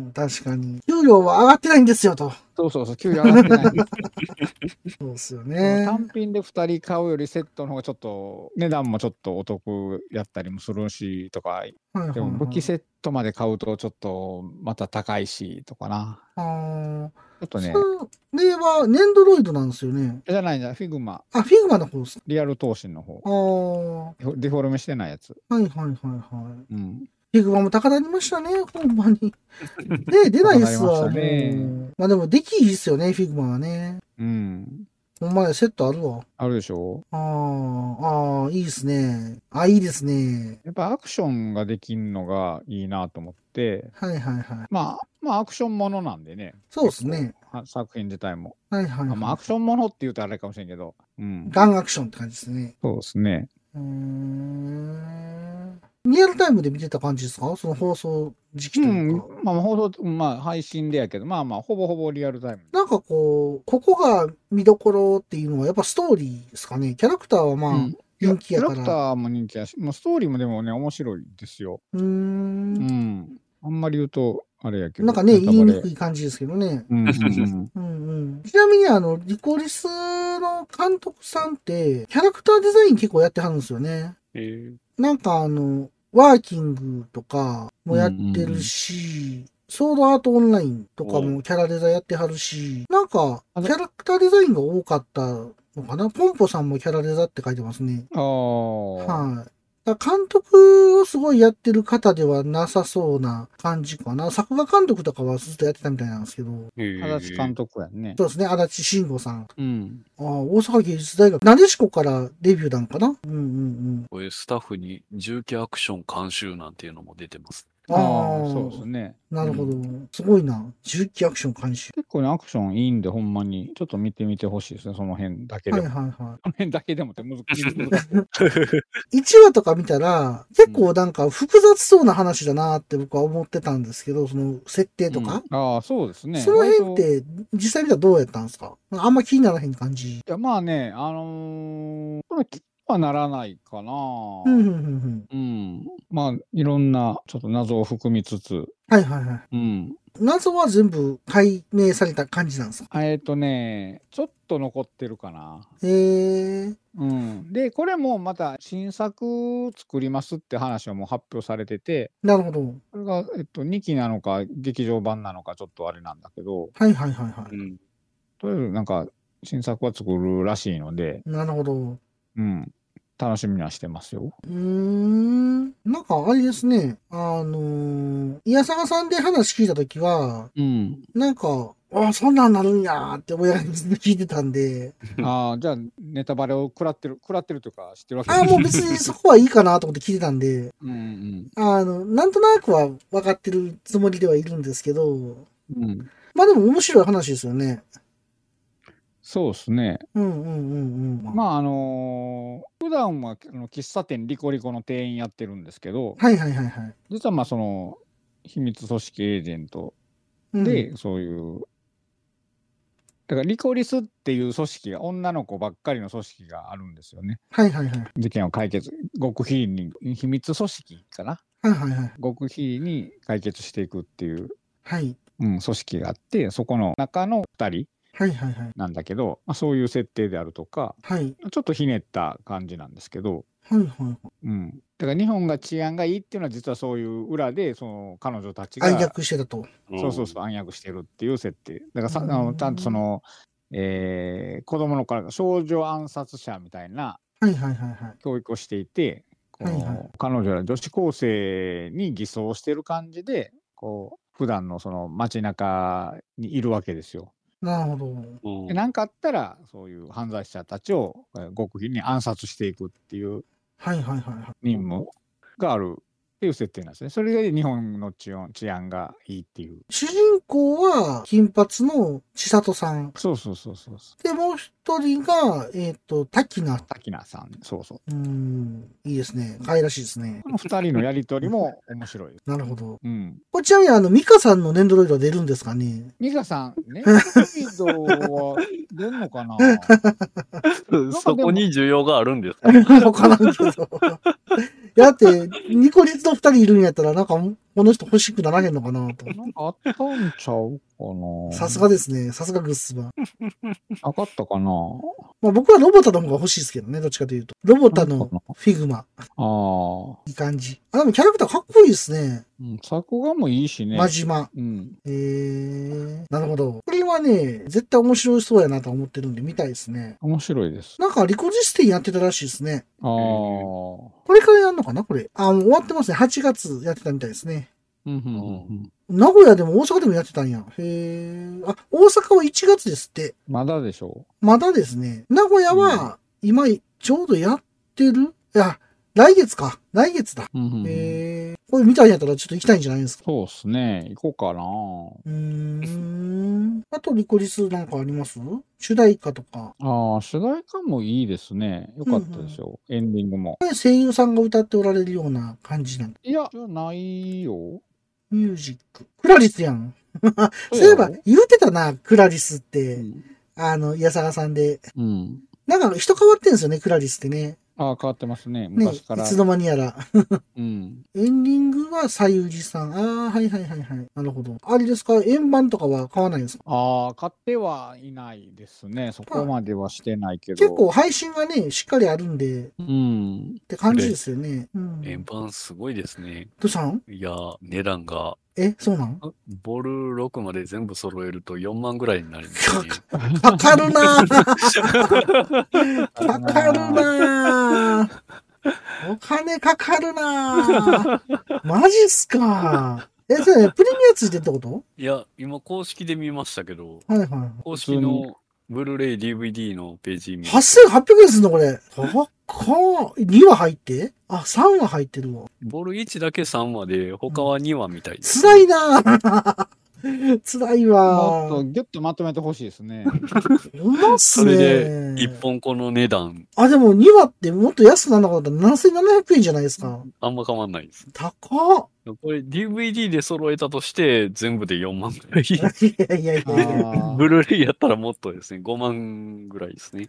ん、確かに。給料は上がってないんですよと。
そうそうそう、給料上がってないんです
そうですよ
けど。
ね。
単品で2人買うよりセットの方がちょっと値段もちょっとお得やったりもするしとか
はいはい
で
は
も
い
武器セットまで買うとちょっとまた高いしとかな
あー
ちょっとね
そう例はネンドロイドなんですよね。
じゃないんだフィグマ
あ、フィグマの方ですか。
リアル投資の方
ああ。は
デフォデフォルメしてないやつ
いはいはいはい。
うん
フィグマも高なりましたね、ほんまに。 <laughs> で、出ないっすわ。
高なりましたね
もうまあでも、できいいっすよね、フィグマはね。
うん
ほんまや、セットあるわ。
あるでしょ
ああ、ああ、いいっすね。あ、いいですね。
やっぱアクションができんのがいいなと思って
はいはいはい。
まあまあアクションものなんでね
そうですね。
は作品自体も、
はいはい、
あまあア
は
クションものって言うとあれかもしれんけどうん
い。ガンアクションって感じですね。
そうですね
うーんリアルタイムで見てた感じですかその放送時期
う
というんか。、
まあ、放送、まあ、配信でやけど、まあまあ、ほぼほぼリアルタイム。
なんかこう、ここが見どころっていうのはやっぱストーリーですかね。キャラクターはまあ、
うんいや
人気やから
キャラクターも人気やし、もうストーリーもでもね、面白いですよ。
うーん
う、ん。あんまり言うと、あれやけど。
なんかね、言いにく
い。
い感じですけどね。
<laughs> うん
うん
うん
うん、ちなみにあの、リコリスの監督さんって、キャラクターデザイン結構やってはるんですよね。
えー
なんかあの、ワーキングとかもやってるし、ソードアートオンラインとかもキャラデザやってはるし、なんか、キ
あの
ャラクターデザインが多かったのかなポンポさんもキャラデザって書いてますね。
うん。ああ。
はい。だから監督をすごいやってる方ではなさそうな感じかな。作画監督とかはずっとやってたみたいなんですけど。
えー
足立監督やんね。
そうですね、足立慎吾さん。
うん。
ああ、大阪芸術大学。なでしこからデビューなんかなうんうん
こういうスタッフに重機アクション監修なんていうのも出て
<laughs>
ます。
うん。
ああー、そうです
ね。
ね。
なるほ
う
ど
ん。
すごいな。重機アクション監修。
結構ね、アクションいいんで、ほんまに、ちょっと見てみてほしいですね、その辺だけ
はい
で
はい
も。
は
その辺だけでもって難しい。
い。1話とか見たら、結構なんか複雑そうな話だなって僕は思ってたんですけど、その設定とか。
ああ、そうですね。
その辺っ
割と。い
て、実際見たらどうやったんですかあんま気にならへん感じ。
や、まあね、あのー、これ切っはならないかな。
うんうんうんうん。
うん。まあ、いろんな、ちょっと謎を含みつつ、
はいはいはい。
うん。
謎は全部解明された感じなんですか
あえっとね、ちょっと残ってるかな。
えー。
うん。で、これもまた新作作りますって話はもう発表されてて、
なるほど。
これが、えっと、2期なのか、劇場版なのか、ちょっとあれなんだけど、
はいはいはいは
うん
とりあえずなんか、新作は作るらしいので、
い。なるほど。
うん。楽しみにはしてますよ。
うーん。なんかあれですね。あのー、いやさがさんで話聞いたときは、
うん。
なんか、あそんなんなるんやーって親に聞いてたんで、
<laughs> ああ、じゃあ、ネタバレを食らってる、食らってるというか、知ってるわけ
あもう別にそこはいいかなと思って聞いてたんで、
うんうん
あの、なんとなくは分かってるつもりではいるんですけど、
うん。うん。
まあでも面白い話ですよね。
そうですね。
うんうんうんうん。
まああのー普段はあの喫茶店リコリコの店員やってるんですけど
はいはいはいはい。
実はまあその秘密組織エージェント
うん
で、そういうだからリコリスっていう組織が女の子ばっかりの組織があるんですよね
はいはいはい。
事件を解決極秘に秘密組織かな
はいはいはい。
極秘に解決していくっていう、
はい。
うん、組織があってそこの中の2人
はいはいはい。
なんだけど、まあ、そういう設定であるとか
はい。
ちょっとひねった感じなんですけど
はいはい。
うん、だから日本が治安がいいっていうのは実はそういう裏でその彼女たちが
暗躍してたと。
そうそうそう暗躍してるっていう設定だからさ、
うん
あのちゃんとその、えー子供の頃から少女暗殺者みたいな
はいはいはいはい。
教育をしていてこの、
はいはい
彼女ら女子高生に偽装してる感じでこう普段のその街中にいるわけですよ。
なるほど。
うん。 <laughs>
で何かあったらそういう犯罪者たちをえー極秘に暗殺していくっていう
はいはいはいはい。
任務があるっていう設定なんですね。それで日本の治安治安がいいっていう。
主人公は金髪の千里さん。
そうそうそうそうそう。
で、もう一人が、えっ、と、滝菜。
滝名さん、そうそ
う
う。
ーん、いいですね。可愛らしいですね。
この2人のやりとり
<laughs>
も面白いです。
なるほど。
うん。
これちなみに、あの、ミカさんのネンドロイドは出るんですか
<laughs>
ね
美香さん、ね、水道は出んのかな
<laughs>
そこに需要があるんですか
わからんけど。 <laughs> だって、ニコリスの二人いるんやったら、なんか、この人欲しくならへんのかなと。
なんかあったんちゃうかな
さすがですね。さすがグッズは。
なかったかな
まあ僕はロボタの方が欲しいですけどね、どっちかというと。ロボタのフィグマ。
ああ。
いい感じ。あ、でもキャラクターかっこいいですね。
うん、作画もいいしね。
真島。
うん。
えー、なるほど。これはね、絶対面白そうやなと思ってるんで見たいですね。
面白いです。
なんか、リコジスティやってたらしいですね。
ああ。
これからやるのかなこれ。あ、もう終わってますね。8月やってたみたいですね。
うんうんうん
名古屋でも大阪でもやってたんや。へー。あ、大阪は1月ですって。
まだでしょ
まだですね。名古屋は、今、ちょうどやってるいや、来月か。来月だ。
う。うんうんうん
へー。これ見たいんやったらちょっと行きたいんじゃないですか。
そうっすね。行こうかな。
うーん。あとリコリスなんかあります主題歌とか。
ああ、主題歌もいいですね。よかったですよ。エンディングも。
これ声優さんが歌っておられるような感じなんだ。
いや、じゃないよ。
ミュージック。クラリスやん。そういえば
う、
言うてたな、クラリスって。
ん。
あの、矢沢さんで。
うん。
なんか人変わってんですよね、クラリスってね。
ああ、変わってますね。
ね、
昔
い
から。
つの間にやら。
うん。
エンディングはさゆりさん。ああ、はいはいはいはい。なるほど。あれですか円盤とかは買わないんですか
ああ、買ってはいないですね。そこまではしてないけど。
結構。配信がね、しっかりあるんで、
うん。
って感じですよね。うん。
円盤すごいですね。
どうしたん
いや、値段が、
え、そうなん
あボル6まで全部揃えると4万ぐらいになりますね。
かかるなぁかかるなぁお金かかるなぁマジっすかえ、それ、プレミアついてるってこと
いや、今公式で見ましたけど、
はいはいはい。
公式のブルーレイ DVD のページ見る
8800円すんのこれ。高っか2は入ってあ、3は入ってるわ。
ボル1だけ3話で、他は2話みたいです。
辛いなぁ辛い
もっ
わ
と
ぁ
ギュッとまとめてほしいで
<laughs>
すね。
うまっす
それで、
ね。
1本この値段、
あ、でも2話ってもっと安くならなかったら7700円じゃないですか。
あんま変わんないです。
高
<laughs>
っ
これ DVD で揃えたとして、全部で4万ぐらい。
いやいやい
あ
や、
ー
ブルーレイやったらもっとですね、5万ぐらいですね。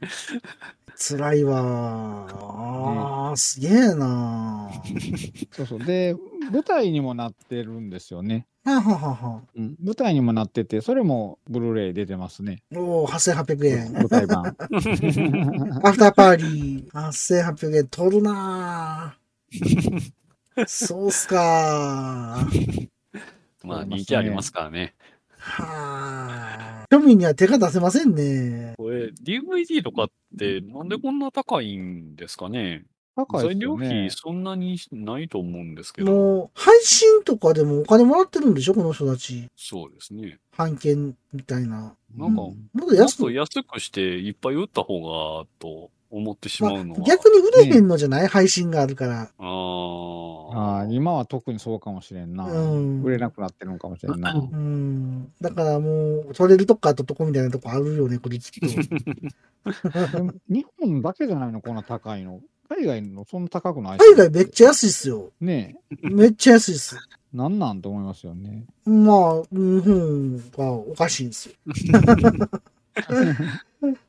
辛いわー。あー、すげえなー。
そうそう。で、舞台にもなってるんですよね。
はあはあはあは
うん、舞台にもなってて、それもブルーレイ出てますね。
あおー、8800円。
舞台 <laughs> 版。
アフターパーリー、8800円取るなー。そうっすかー。
まあ人気ありますからね。
はあ。庶民には手が出せませんね。
これ DVD とかってなんでこんな高いんですかね。
高
材
いです
料
よね
費。そんなにないと思うんですけど。
もう、配信とかでもお金もらってるんでしょこの人たち。
そうですね。
版権みたいな。
なんか、
う
も
もっ
っ
と安
と
く、
安くしていっぱい売った方がと思ってし
ま
ま
あ
うのは。
逆に売れへんのじゃない、配信があるから。
あ
あ
あ
ー
今は特にそうかもしれんな。
うん
売れなくなってるのかもしれんな。
うん。だからもう、取れるとこから取っとこみたいなとこあるよね、これきっと。
でも日本だけじゃないの、こんな高いの。海外のそんな高くない
海外めっちゃ安いっすよ。
ね
めっちゃ安いっす。
え、なんなんと思いますよね。
まあ、日本はおかしいんですよ。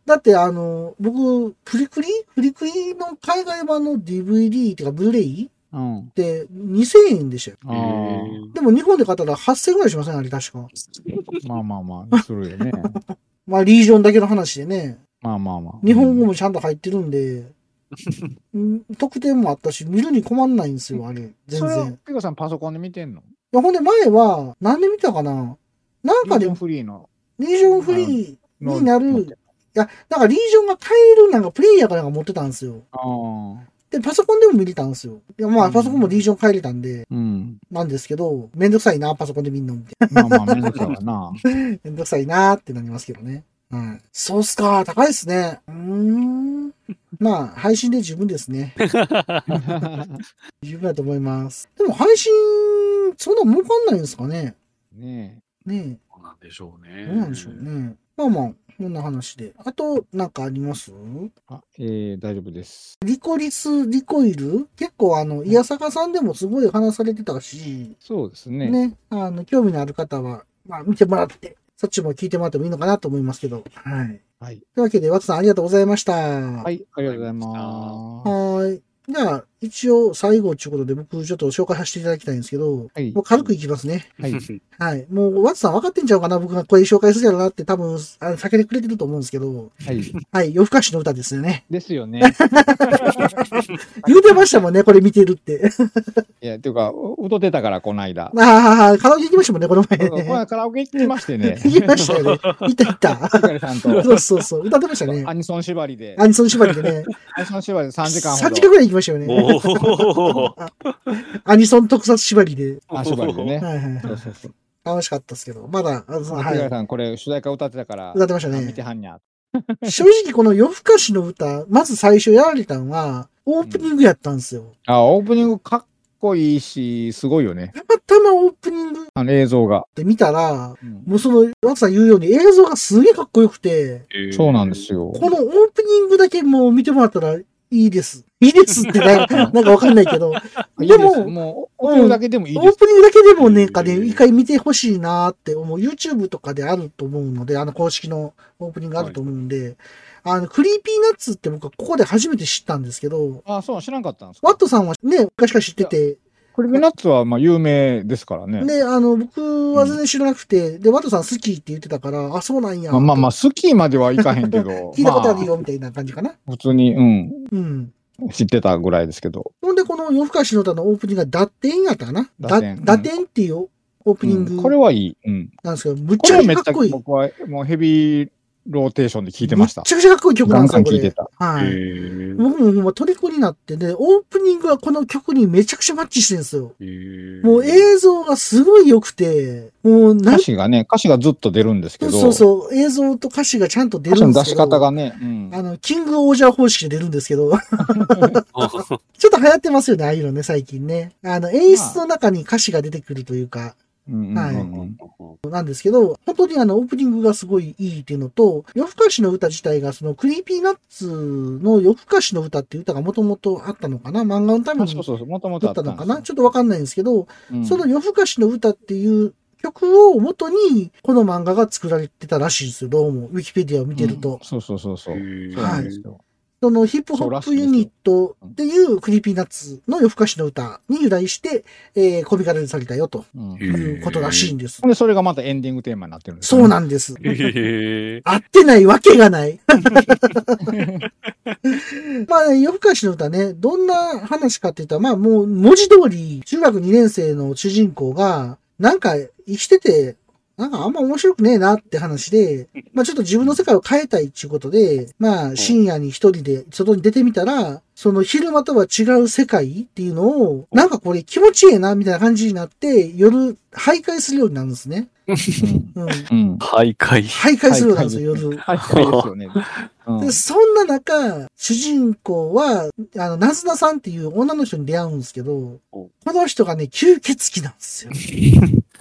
だって、あの、僕、フリクリフリクリの海外版の DVD っていうか、ブルーレイ
うん
っ。て2000円でしたよ。
あ
へー
でも日本で買ったら8000円ぐらいしませんあれ確か。
ーまあまあまあ、するよね。
まあ、リージョンだけの話でね。
まあまあまあ。
日本語もちゃんと入ってるん
<laughs>
で、うん特典もあったし、見るに困んないんですよ、あれ。全
それは
然。い、
ピコさんパソコンで見てんの
や、ほんで前は、なんで見たかななんか
リー
で
ジョン、フリーの。
リージョンフリー
の
にな
の
る、いや、なんかリージョンが買えるなんかプレイヤーかなんか持ってたんですよ。
ああ。
で、パソコンでも見れたんですよ。いや、ま
う
あ、
ん
パソコンもリージョン変えれたんで、
うん。
なんですけど、めんどくさいな、パソコンで見んの、みたい
まあまあ、めんどくさいわな。 <laughs>
な。めんどくさいなってなりますけどね。はい。そうっすか、高いっすね。うーん。まあ、配信で十分ですね。十分だと思います。でも配信、そんな儲かんないんですかね
ね
ね
そうなんでしょうね。
え、どうなんでしょうね。まあまあ、こんな話で。あと、なんかあります
え。あ、えー、大丈夫です。
リコリス、リコイル結構あの、イヤサカさんでもすごい話されてたし、
そうですね。
ね、あの、興味のある方は、まあ見てもらって、そっちも聞いてもらってもいいのかなと思いますけど。はい。
はい。
というわけで、ワトさんありがとうございました。は
はい、ありがとうございます。
はーい。じゃあ、一応最後ということで、僕ちょっと紹介させていただきたいんですけど、
はい
もう軽くいきますね。
はい。
はい。もう、ワッツさん分かってんちゃうかな僕がこれ紹介するやろなって多分、あの避けてくれてると思うんですけど、
はい。
はい。夜更かしの歌ですよね。
です
<laughs>
よね。
言うてましたもんね、これ見てるって。 <laughs>
いや、ていうか、お歌ってたから、この間。
ああ、カラオケ行きましたもんね、この前
この
ね。
間カラオケ行ってましてね。
<laughs> 行きましたよね。行った行った。
ひかりさんと
そうそうそう。歌ってましたね
ア。ニソン縛りで
ア、ニソン縛りでね。
アニソン縛りで3時間ほど。
3時間ぐらい行きましたよね。
おー
<laughs> アニソン特撮縛りで。
あ、縛り
<laughs>
でね。
はいはい
そ
は
う
い。
そうそう。
楽しかったですけど、まだ、あの
ひ
は
かり
い。
さん、これ主題歌歌ってたから、
歌ってました
あ見て
ね。
はんにゃ。
正直この夜更かしの歌、まず最初やられたのは、オープニングやったんですよ。
あ、オープニングかっこいいし、すごいよね。
たまたまオープニングっ
あの映像が。
て見たら、
うん
もうその、ワクさん言うように映像がすげえかっこよくて、
そうなんですよ。
このオープニングだけもう見てもらったらいいです。いいです
<laughs>
ってななんかわかんないけど、
いい
ですも
もう、オープニングだけでもいい
オ
で
ー
す。
プニングだけでもね、かね、
うん
一回見てほしいなって思う。YouTube とかであると思うので、あの公式のオープニングあると思うんで、あの、クリーピーナッツって僕はここで初めて知ったんですけど、
あ、そう、知らんかったんです
ワッ
か。
トさんはね、昔から知ってて、
クリビナッツはまあ有名ですからね。
ね、あの、僕は全然知らなくて、で、ワットさん好きって言ってたから、あ、そうなんや。、
まあまあまあ、スキーまではいかへんけど
<laughs> 聞いたことあるよ、みたいな感じかな。
まあ普通に、うん、
うん。
知ってたぐらいですけど。
ほんで、この夜更かしの歌のオープニングが打点やったかなだ
打点
打点っていうオープニン
う
グ
んこれはいい。うん。
なんですけど、むっ
こ
ち
れ
ゃ
は
くち
め
ゃ
っち
か
ゃ
っこいい。
僕はもうヘビーローテーションで聞いてました
むっ。ちゃくちゃかっこいい曲な
ガ
ん
ン
ですよ、こ
ガン聞いて
れ。
た。
は
へ
い。
ー
僕ももう虜になってね、オープニングはこの曲にめちゃくちゃマッチしてるんですよ。
へー
もう映像がすごい良くて、もうな
歌
ん
詞がね、歌詞がずっと出るんですけど、
そうそう、映像と歌詞がちゃんと出る
歌詞
ん
の
で
出
すけ
し
ど。
方がね、うん
あの、キングオージャー方式で出るんですけど、ちょっと流行ってますよね、ああいうのね、最近ね。あの、演出の中に歌詞が出てくるというか、
うんうんうんうん
なんですけど、本当にあの、オープニングがすごいいいっていうのと、夜更かしの歌自体が、その、クリーピーナッツの夜更かしの歌っていう歌がもともとあったのかな漫画のため
あ
に
そうそうそう、もともと
だ
あ
っ
った
た
ん
のか
ですよ
なちょっとわかんないんですけど、
うん
その夜更かしの歌っていう曲を元に、この漫画が作られてたらしいんですよ、どうも。ウィキペディアを見てると。
うんそうそうそうそう。
へー
そうなんですよ。
そのヒップホップユニットっていうクリーピーナッツの夜更かしの歌に由来して、えー、コミカルにされたよと
うん
へー
いうことらしいんです
ほ。んで、それがまたエンディングテーマになってるんですよ
そう
ね
なんです。
へー
合ってないわけがない。 <laughs> まあ、ね、夜更かしの歌ね、どんな話かって言ったら、まあもう文字通り、中学2年生の主人公が、なんか生きてて、なんかあんま面白くねえなって話で、まあちょっと自分の世界を変えたいっていうことで、まあ深夜に一人で外に出てみたら、その昼間とは違う世界っていうのを、なんかこれ気持ちいいなみたいな感じになって、夜徘徊するようになるんですね。うん。
うん。
徘徊。
徘徊するようになるんですよ、夜。
はい、そうですよね。うん
で、そんな中、主人公は、あの、ナズナさんっていう女の人に出会うんですけど、この人がね、吸血鬼なんです
<laughs>
よ。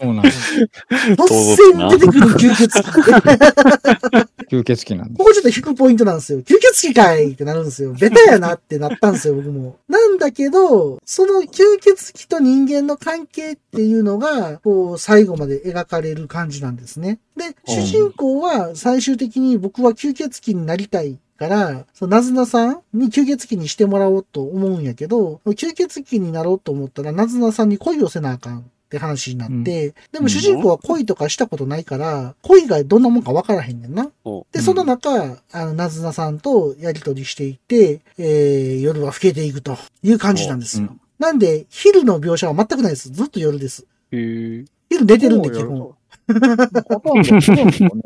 そうなんです。
突然出てくる吸血鬼。
吸血鬼なんで
ここちょっと引くポイントなんですよ。吸血鬼かいってなるんですよ。ベタやなってなったんですよ、僕も。なんだけど、その吸血鬼と人間の関係っていうのが、こう、最後まで描かれる感じなんですね。で、主人公は最終的に僕は吸血鬼になりたい。から、そのなずなさんに吸血鬼にしてもらおうと思うんやけど、吸血鬼になろうと思ったら、なずなさんに恋をせなあかんって話になって、でも主人公は恋とかしたことないから、恋がどんなもんかわからへんねんな。で、
うん
その中、あの、なずなさんとやりとりしていて、えー、夜は更けていくという感じなんですよ。
おう
なんで、昼の描写は全くないです。ずっと夜です。
へー
昼寝
す。
てるんで、基
そうよ
本。
ほとんどそうですよね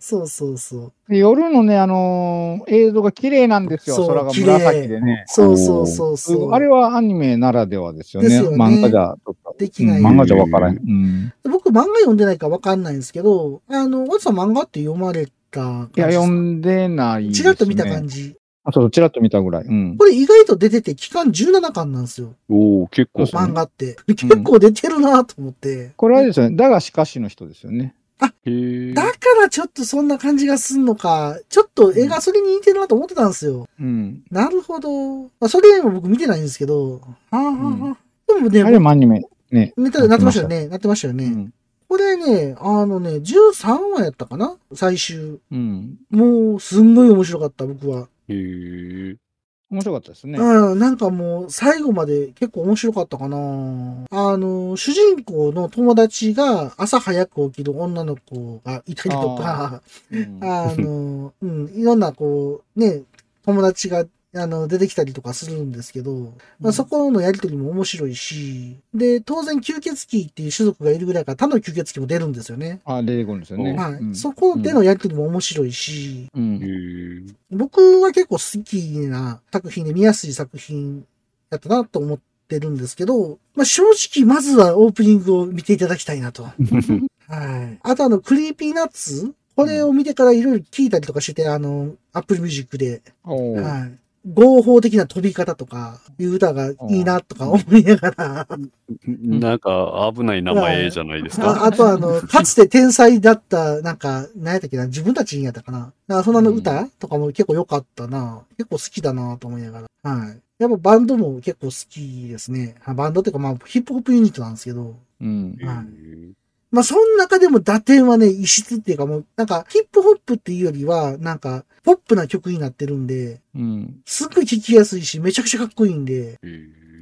そうそうそう。
で夜のね、あのー映像が綺麗なんですよ。
そう
空が
綺麗
紫でね。
そうそうそう
す
そう。
ごいあれはアニメならではですよ
で
ね。
すよね
漫画じゃちょっと、
できない
うん漫画じゃわからへん。うん。
僕漫画読んでないからわかんないんですけど、あの、おじさん漫画って読まれた感
い
じ
や、
ですか
読んでないで
ち
す、ね。
らっと見た感じ。
あ、そうそう、ちらっと見たぐらい。うん。
これ意外と出てて、期間17巻なんですよ。
おー結構。
そうね
漫画って。結構出てるなと思って。
これはあれですよね。だがしかしの人ですよね。
へー
だからちょっとそんな感じがすんのか、ちょっと映画それに似てるなと思ってたんですよ。
うん。
なるほど。まあ、それ以外も僕見てないんですけど。はあはあはあで
あ
も
れ
ね、
もアニメ。ね。
ネタなってましたよね。なってましたよ
う
ね。
ん。
これね、あのね、13話やったかな最終。
うん。
もう、すんごい面白かった、僕は。
へー
面白かったですね。
うん、なんかもう、最後まで結構面白かったかな。あの、主人公の友達が朝早く起きる女の子がいたりとか、
うん
あの、うん、いろんなこう、ね、友達が、あの、出てきたりとかするんですけど、ま
う
あ、
ん
そこのやりとりも面白いし、で、当然吸血鬼っていう種族がいるぐらいから他の吸血鬼も出るんですよね。
あ、出てくるんですよね。
はい。
うん
そこでのやりとりも面白いし、
うん
へー
僕は結構好きな作品で見やすい作品だったなと思ってるんですけど、まあ、正直まずはオープニングを見ていただきたいなと。はい。あとあの、クリーピーナッツこれを見てからいろいろ聞いたりとかしてて、あの、Apple Music で。
おー
はい。合法的な飛び方とかいう歌がいいなとか思いながら、
なんか危ない名前じゃないです
あ
か。
あとあの、かつて天才だった、なんか、何やったっけな、自分たちにやったかな。なんかそんなの歌、とかも結構良かったな。結構好きだなと思いながら。はい。やっぱバンドも結構好きですね。あバンドっていうかまあヒップホップユニットなんですけど。
うん。
え
はい
ー
まあその中でも打点はね、異質っていうかもう、なんかヒップホップっていうよりは、なんか、ポップな曲になってるんで、
うん。
すっごい聴きやすいし、めちゃくちゃかっこいいんで、
え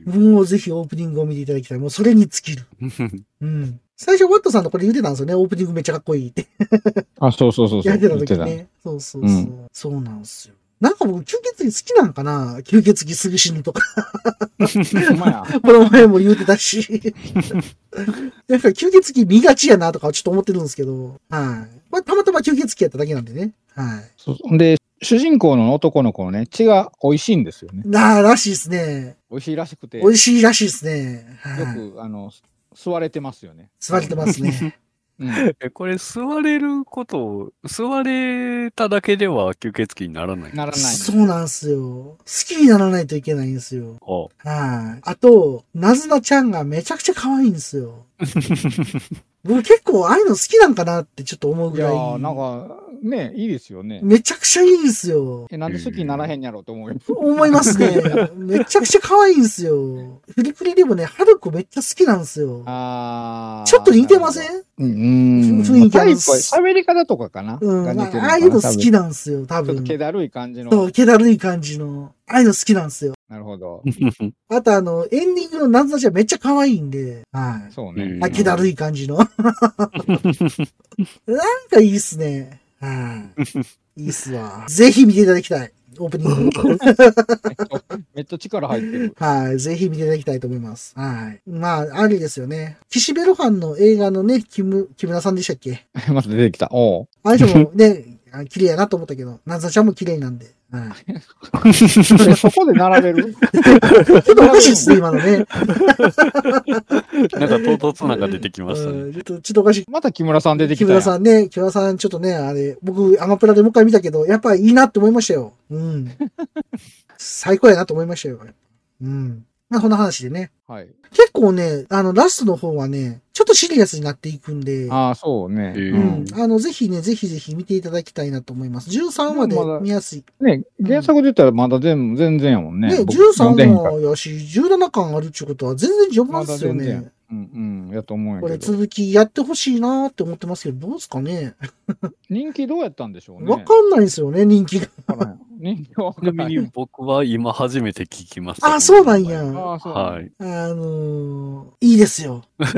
ー
もうぜひオープニングを見ていただきたい。もうそれに尽きる。 <laughs> うん。最初、ワットさんとこれ言ってたんですよね。オープニングめっちゃかっこいいって。
あ、そうそうそうそう。
やってた
言って
時
た。
ね。そうそうそう。
うん
そうなんですよ。なんか僕、吸血鬼好きなんかな吸血鬼すぐ死ぬとか、 <laughs>
<laughs> ほんまや
この前も言うてた
<laughs>
し。なんか吸血鬼見がちやなとかちょっと思ってるんですけど、はい。まあ、たまたま吸血鬼やっただけなんでね。はい。
そうほんで、主人公の男の子のね、血が美味しいんですよね。
なあ、らしいですね。
美味しいらしくて、
美
よ
味しいらしいですね。はい。
く、あの、吸われてますよね。
吸われて
<laughs>
ますね。
うん。
えこれ、座れることを、座れただけでは吸血鬼にならない。
ならない。
そうなんですよ。好きにならないといけないんですよ。 <laughs>
あ
はい。あと、なずなちゃんがめちゃくちゃ可愛いんです
<laughs>
よ。僕結構ああいうの好きなんかなってちょっと思う
い
ぐ
や
らい。
ー、なんか、ね、いいですよね。
めちゃくちゃいいんですよ。
え、なんで好きにならへんやろうと思うよ。
思います
<laughs>
ね。めちゃくちゃ可愛いんですよ。フリフリでもね、ハルコめっちゃ好きなんですよ。
あー
ちょっと似てません
うん。
雰囲気ある
タイプは喋り方とかかな
うん。
が
ま
似てるのかな
ああいうの好き
多
なんですよ、多
分ちょっと気
分。
だるい感じの。
そう、気だるい感じの。ああいうの好きなんですよ。
なるほど。
あとあの、エンディングのなずなちゃんめっちゃ可愛いんで。はい。
そ
う
うね
ん。
あ、気だるい感
<laughs>
じの。なんかいいっすね。はい。いいっすわ。ぜひ見ていただきたい。オープニン
<laughs>
グ。
めっちゃ力入ってる。 <laughs>
はい。ぜひ見ていただきたいと思います。はい。まあ、あれですよね。岸辺露伴の映画のね、キム、木村さんでしたっけ
また出てきた。おう。
あの人も
<laughs>
ね、あ綺麗やなと思ったけど、なずちゃんも綺麗なんで。はい。
でそこで並べる
ちょっとおかしいっすね、今のね。
なんか唐突なんか出てきました
う
ね。
んちょっと、ちょっとおかしい。
また木村さん出て
木
きた
村
やん。
さんね、木村さん、ちょっとね、あれ、僕、アマプラでもう一回見たけど、やっぱいいなって思いましたよ。うん。 <laughs> 最高やなと思いましたよ。うん。まあ、こんな話でね。
はい。
結構ね、あの、ラストの方はね、ちょっとシリアスになっていくんで、
ああ、そうね。
えー
うん
ん。。
あの、ぜひね、ぜひぜひ見ていただきたいなと思います。13話で
まだ
見やすい。
ね、原作で言ったらまだ全部、全然やもんね。
ね、
僕読んでへ
13
んから
話やし、17巻あるってことは全然序盤
ま
で
だ
すよ
全
ね。
然。うんうん、やと思うん
これ
やけど。
続きやってほしいなーって思ってますけど、どうですかね
人気どうやったんでしょうね。
わかんないんですよね、人気が。
わからん人気はわ
ちな
から
み
ん
に僕は今初めて聞きました。
あ、そうなんや。。
ああ、そう。
はい。
あのーいいですよ。はい。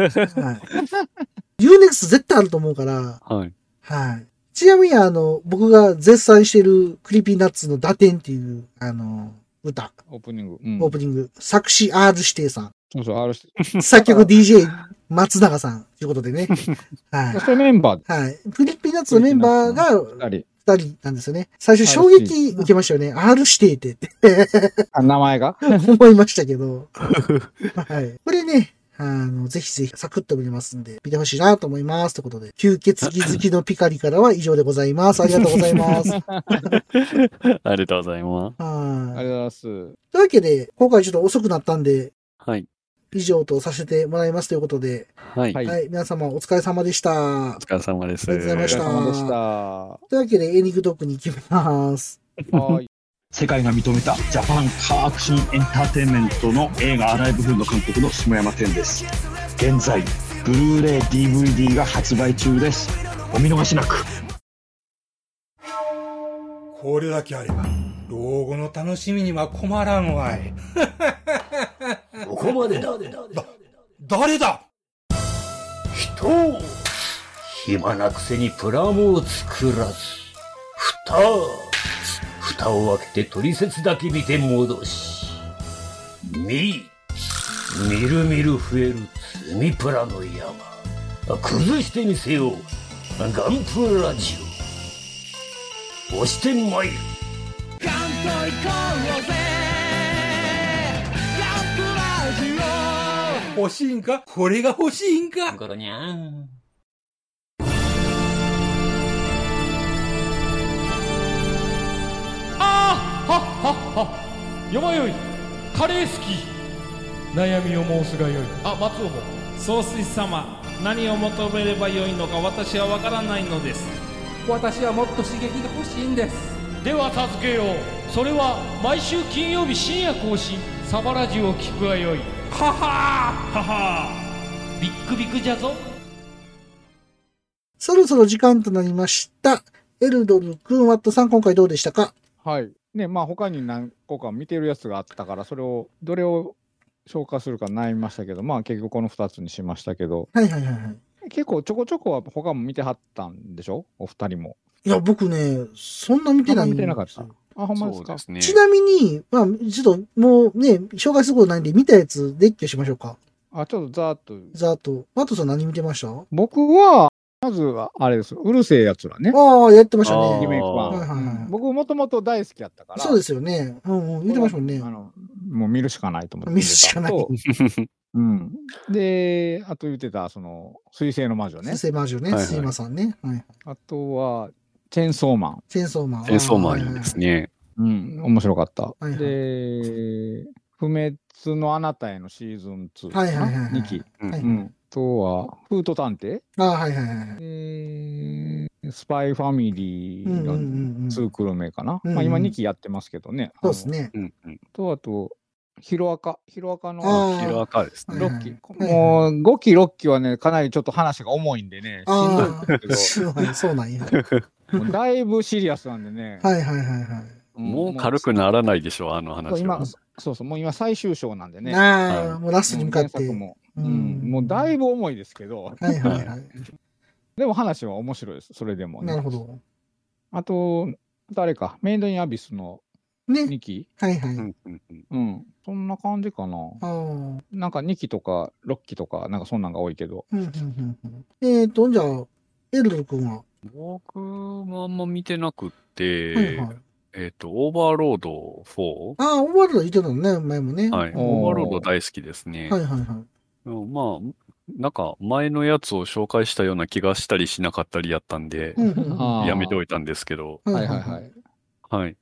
ユーネクス絶対あると思うから、
はい。
はい。ちなみに、あの、僕が絶賛してるクリーピーナッツの打点っていう、あのー歌、
オープニング。うん
オープニング、作詞 R 指定さ
そうそう、あるし。
ん、作曲 DJ <laughs> 松永さん、ということでね。はい
そ。してメンバー
はい。クリーピーナッツのメンバーが
二人。
二人なんですよね。最初衝撃受けましたよね。R 指定ってって
あ、名前が
思いましたけど。はい。これね、あの、ぜひぜひサクッと見れますんで、見てほしいなと思います。ということで、吸血鬼好きのピカリからは以上でございます。ありがとうございます。
<laughs>
はい。
ありがとうございます。
ありがとうございます。
というわけで、今回ちょっと遅くなったんで、
はい。
以上とさせてもらいますということで、
はい。
はい
お
はい。皆様お疲れ様でした。
疲れ様です。
ありがとうございま
お
した
疲れ様でした。は
というわけで、エンディングトークに行きます。
ーい。
世界が認めたジャパンカーアクションエンターテインメントの映画「アライブフード」監督の下山天です現在ブルーレイ DVD が発売中ですお見逃しなく
これだけあれば、老後の楽しみには困らんわい。
ここまでだ
誰だ
人を暇なくせにプラモを作らず蓋蓋を開けて取説だけ見て戻し見みるみる増える積みプラの山崩してみせようガンプラジオ押してまいる
欲しいんかこれが欲しいんか
ゴロニャー
あはっはっは
よまよいカレー好き悩みを申すがよいあ松尾も
総帥様何を求めればよいのか私は分からないのです
私はもっと刺激が欲しいんですでは助けようそれは毎週金曜日深夜更新サバラジュを聞くがよいははーははービックビックじゃぞ
そろそろ時間となりました。エルドル君、ワットさん、今回どうでしたか
はい。ね、まあ他に何個か見てるやつがあったから、それを、どれを消化するか悩みましたけど、まあ結局この2つにしましたけど、
はいはいはいはい。
結構ちょこちょこは他も見てはったんでしょお二人も。
いや、僕ね、そんな見てないん
見
で
て
す
なか
よ
った。あ、ほんまです
そう
か
ですね。
ちなみに、まあ、ちょっともうね、紹介することないんで、見たやつ列挙しましょうか。
あ、ちょっとざーっと。
ざーっと。ワットさん何見てました
僕は、まずは、あれです。うるせえやつらね。
ああ、やってました
あー
リメ
ね。
イク
はいはい
版。
は
僕もともと大好きやったか
い。
ら。
そうですよね。うんうん、言ってましたもんね
あ。の、もう見るしかないと思って
見るしかない
見てたのと
<laughs>
うん。で、あと言ってた、その、水星の魔女ね
先。生マージュ
は
ね、
いはい
スイマさんね。はい。
あとは、チェーンソーマン。
戦争マン。
戦争マンいいですね。
うん、面白かった。
はいはい
で、不滅のあなたへのシーズン2か
はいはいはいは
ない二期。
はいはい。
うん。あとは、フート探偵
ああ、はいはいはいはい。
えースパイファミリー
うんうんうんうん
のツークルメかな。
うんうん
まあ今2期やってますけどね。
そうですね。
うんうん。
あの。と、あと、ヒロアカ。ヒロアカ
あ
の
ー
ヒロアカです
はい
ね。
はい
6期。
はい
もう5期、6期はね、かなりちょっと話が重いんでね、しんどいん
あ
で
あ、そ
す
うなんやそうなん
<laughs>
や。
けど、
<laughs>
もうだいぶシリアスなんでね。
はいはいはいは
もう軽くならないでしょ、あの
そう
話は
今。そうそう、もう今最終章なんで
い。
ね。
あ
は
あ、
い
もうラストに向かって。
もう原作もうん、もうだいぶ重いですけど、
はいはいはい。
でも話は面白いです、それでも、ね。
なるほど。
あと、誰か、メイドインアビスの
ね。
2期、
はいは
う
い。
んうんうん
うん、そんな感じかな。
ああ。うん
なんか2期とか6期とか、なんかそんなんが多いけど、
うんうんうんえっと、じゃあ、エルドル君は。
僕もあんま見てなく
はい
て
は、い。
えっと、オーバーロード 4?
ああ、オーバールド言ってたのね、前もね。
はい。
おー
オーバーロード大好きですね
は。いはいはい。
うんまあ、なんか前のやつを紹介したような気がしたりしなかったりやったんで
う、んうんうん
あー
やめておいたんですけど、
はいはいはい。。
はい。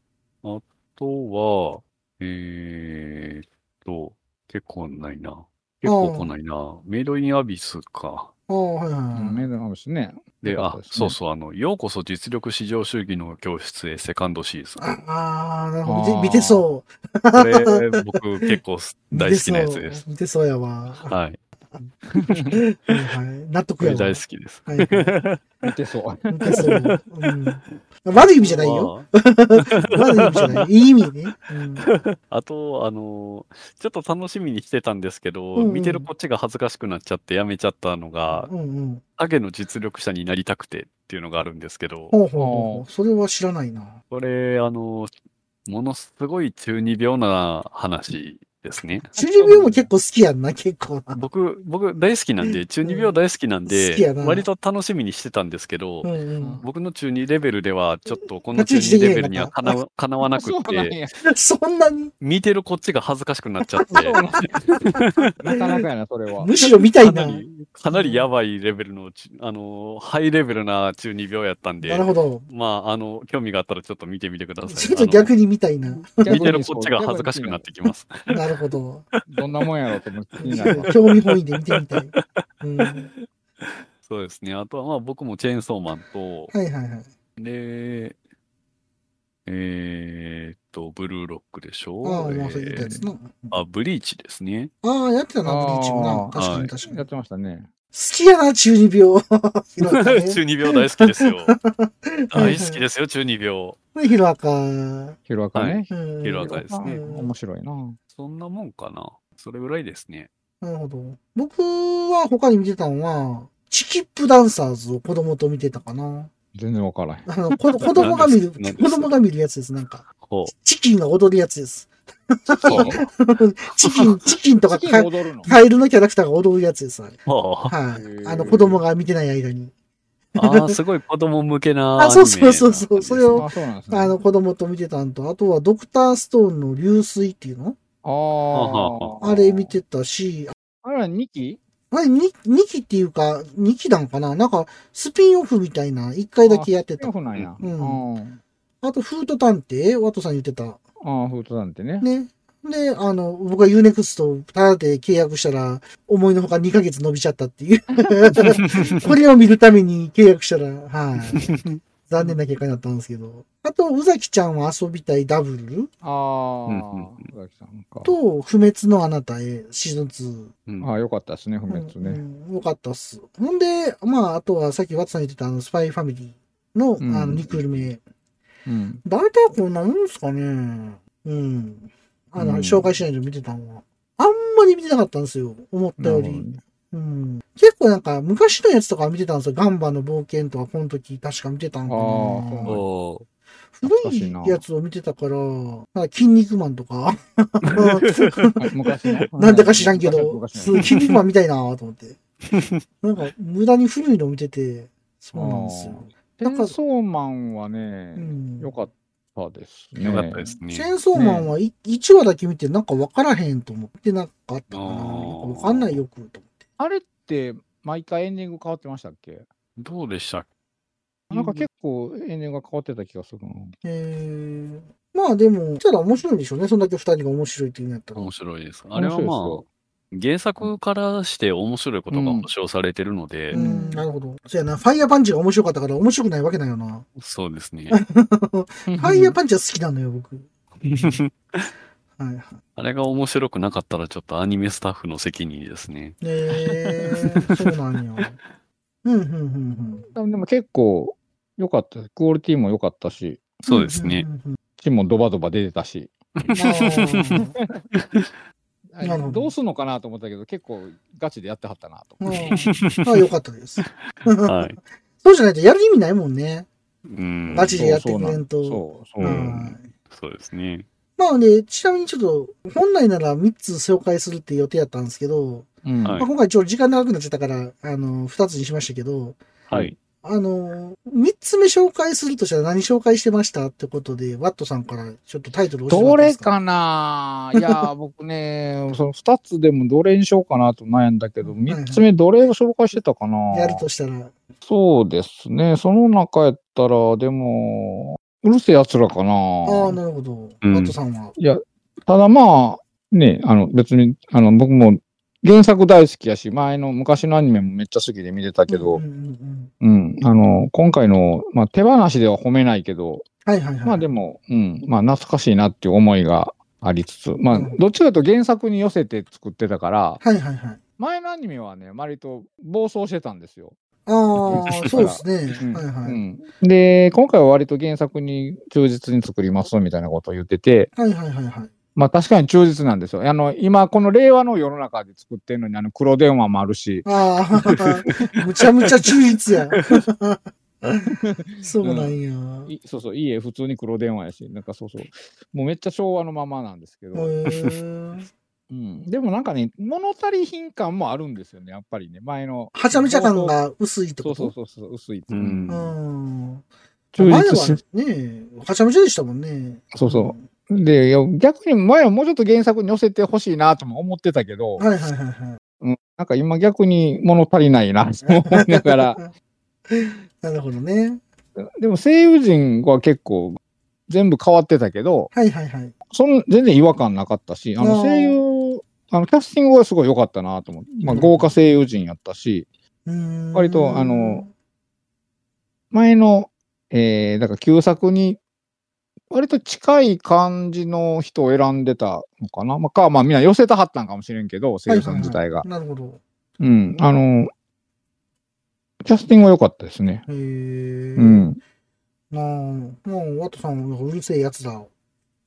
あとは、えーっと、結構ないな。結構来ないな。メイドインアビスか。
ああ、はいはい
うん
は
メ
い。
イドインアビスね。
で、
よかった
あ、
ですね
そうそう、あの、ようこそ実力至上主義の教室へセカンドシーズン。
ああ、なるほ
あ
ど。
ー
見てそう。
これ、僕結構大好きなやつです。
<laughs> 見てそうやわ。は
はい。
いはい。納
こ
得や
れ
わ。
大好きです。
はいはい
見てそう。
見てそう。うん悪い意味じゃないよ。
まあ
悪い意味じゃない。いい意味ね。うん
あと、あのーちょっと楽しみにしてたんですけど、
うんうん
見てるこっちが恥ずかしくなっちゃってやめちゃったのが、
うんうん。
影の実力者になりたくてっていうのがあるんですけど、
ほうほうほうほう。それは知らないな。
これ、あのーものすごい中二病な話ですね。
中二病も結構好きやんな、結構な。
僕、僕大好きなんで、中二病大好きなん
好き
で、
やな
割と楽しみにしてたんですけど、
うんうん。
僕の中二レベルでは、ちょっとこの中
立ち位
二
置
レベ
でき
ル
ない
に
の
はか
か
なかなわな
<laughs> そ
く
う
っ
なん
て、
や。
そんなに
見てるこっちが恥ずかしくなっちゃって、
そうなんやなかなかやな、それは。
むしろ見たい
か
な。
な
な
り、かなりやばいレベルのち、あの、ハイレベルな中二病やったんで
る、ほど。
まあ、あの、興味があったらちょっと見てみてください。
ちょっと逆
に。
に見たいな。
見てるこっちが恥ずかしくなってきます。
なるほど。
どんなもんやろうと思って気になるわ。
興味本位で見てみたい。うん。はい
そうですね。あとは、まあ、僕もチェーンソーマンと、
はいはい。
で、えーっと、ブルーロックでしょ。
ああ、もう
えー
それ見たやつな。
あ、ブリーチですね。
ああ、やってたな、ブ
あ
リ
ー
ーチもな。確か
は
に
い
確かに。
やっ
好
てましたね。
きやな、中二
<laughs>
病。ヒロアカね。
中二病大好きです
<laughs>
よ。大好きですよ、中二病。
ヒロアカ。うん
ヒロアカね。
ヒ
ヒロアカですね
うん
面白いな。
そんなもんかな。それぐらいですね。
なるほど。僕は他に見てたのは、チキップダンサーズを子供と見てたかな。
全然わからへん。
あの、
<laughs>
こ子供が見る、
何です
子供が見るやつです、なんか。
ほう。
チキンが踊るやつです。
そう。
<laughs>
チキン、チキンとか
チキンが
カ
踊るの。
カエルのキャラクターが踊るやつです、あれ。
ほう。
はい。
ー
あの、子供が見てない間に。
ああ、すごい子供向けなアニメ
あそうそうそうそうそれを
あ、そうなんですね。
あの、子供と見てたんと、あとはドクターストーンの流水っていうの
ああ。
あれ見。てたし、
あれは2期
あれ 2, 二期っていうか、2期なんかななんか、スピンオフみたいな、1回だけやってた
オ。フなんや。
う
うんん。あ
あと、フート探偵ワトさん言ってた。
あ、フートなんてね。
ね。で、あの、僕が Unext タダで契約したら、思いのほか2ヶ月伸びちゃったって
<laughs>
いう。これを見るために契約したら、はい。残念な結果になったんですけど。あと、宇崎ちゃんは遊びたいダブル
ああ、
と、不滅のあなたへ、シーズン
ああ、よかったですね、不滅ね。
2。よかったっす。ほんで、まあ、あとはさっきワッツさん言ってたあの、スパイファミリーの、
うん
あの、2クール目。
うん。
大体こんなもんですかね。うん。あの、
うん
紹介しないで見てたのは。あんまり見てなかったんですよ。思ったよ
なるほ
り。うん。結構なんか、昔のやつとか見てたんですよ。ガンバの冒険とか、この時確か見てたんかな。
お
古いやつを見てたから、なんか筋肉マンとか。 <laughs> なんでか知らんけど、
昔
す
の
ご
や
い
つ
筋肉マンみたいなと思って。なんか、無駄に古いの見てて、そうなんですよ。
チェンソーマンはね、良かったですね。
よかったですね
チェーンソーマンは1話だけ見て、なんか分からへんと思ってなかったかな。分かんないよくと思って。
あれって毎回エンディング変わってましたっけ
どうでしたっ
なんか結構エンディングが変わってた気がするな。
えー、まあでも、したら面白いんでしょうね。そんだけ2人が面白いっていうんやっ
け
たら。
面白いです。あれは
面
まあ、原作からして面白いことが保証されてるので、
うん、なるほど。そうやな。ファイヤーパンチが面白かったから面白くないわけないよな。
そうですね。
ファイヤーパンチは好きなのよ、僕。はいはい。
あれが面白くなかったらちょっとアニメスタッフの責任ですね。
え
<laughs>
ー、そうなんや。うん、うん、うん、
でも結構良かった。クオリティも良かったし。
そうですね。
血もドバドバ出てたし。あ
なるほど
どうすんのかなと思ったけど、結構ガチでやってはったなと。
うん。まあ、よかったです。
はい。
そうじゃないとやる意味ないもんね。
うん。
ガチでやってくれんと
そうそう
う
なん
そうですね。
まあね、ちなみにちょっと、本来なら3つ紹介するって予定やったんですけど、
うん
まあ、今回ちょっと時間長くなっちゃったから、あの、2つにしましたけど、
はい。
あの、3つ目紹介するとしたら何紹介してましたってことで、ワットさんからちょっとタイトル教えてもらっ
ど
ていいで
れ
すか
かないや <laughs> ー、僕ね、その2つでもどれにしようかなと悩んだけど、3つ目どれを紹介してたかな、
やるとしたら。
そうですね、その中やったら、でも、うるせえ奴らかな
ああ、なるほど。ワ
うん
ットさんは。
いや、ただまあ、ね、あの、別に、あの、僕も原作大好きやし、前の昔のアニメもめっちゃ好きで見てたけど、うん、あの、今回の、まあ、手放しでは褒めないけど、
はいはいはい。
まあでも、うん、まあ懐かしいなっていう思いがありつつ、まあ、どっちかというと原作に寄せて作ってたから、
はいはいはい。
前のアニメはね、割と暴走してたんですよ。
ああ、
<laughs>
そうです
うん
ね。はいはい。
で、今回は割と原作に忠実に作りますみたいなことを言ってて、
はいはいはいはい。
まあ確かに忠実なんですよ。あの、今、この令和の世の中で作ってるのに、あの、黒電話もあるし、
ああ、 <laughs> むちゃむちゃ忠実や。 <laughs> そうなんや。
いそうそう、家普通に黒電話やし、なんかそうそう、もうめっちゃ昭和のままなんですけど、うん、でもなんかね、物足り品感もあるんですよね、やっぱりね、前の。
はちゃめちゃ感が薄いってこ
そ
と
うそうそうそう、薄い。
うん。
忠
前
実
は
し
ね、はちゃめちゃでしたもんね。
そうそう。で、いや逆に前はもうちょっと原作に寄せてほしいなとも思ってたけど、
はいはいはいはい。
うん、なんか今逆に物足りないなと思いながら、
<laughs> なるほどね。
でも声優陣は結構全部変わってたけど、
はいはいはい。
その全然違和感なかったし、あの声優、優。あのキャスティングはすごい良かったなと思って、まあ、豪華声優陣やったし、割とあの、前の、えー、だから旧作に、割と近い感じの人を選んでたのかな。まあ、か、まあ、みんな寄せたはったんかもしれんけど、声優さん自体が。
なるほど。
うん。あの、キャスティングは良かったですね。
へえ。
うん。
まあ、もう、ワトさんはうるせえやつだ。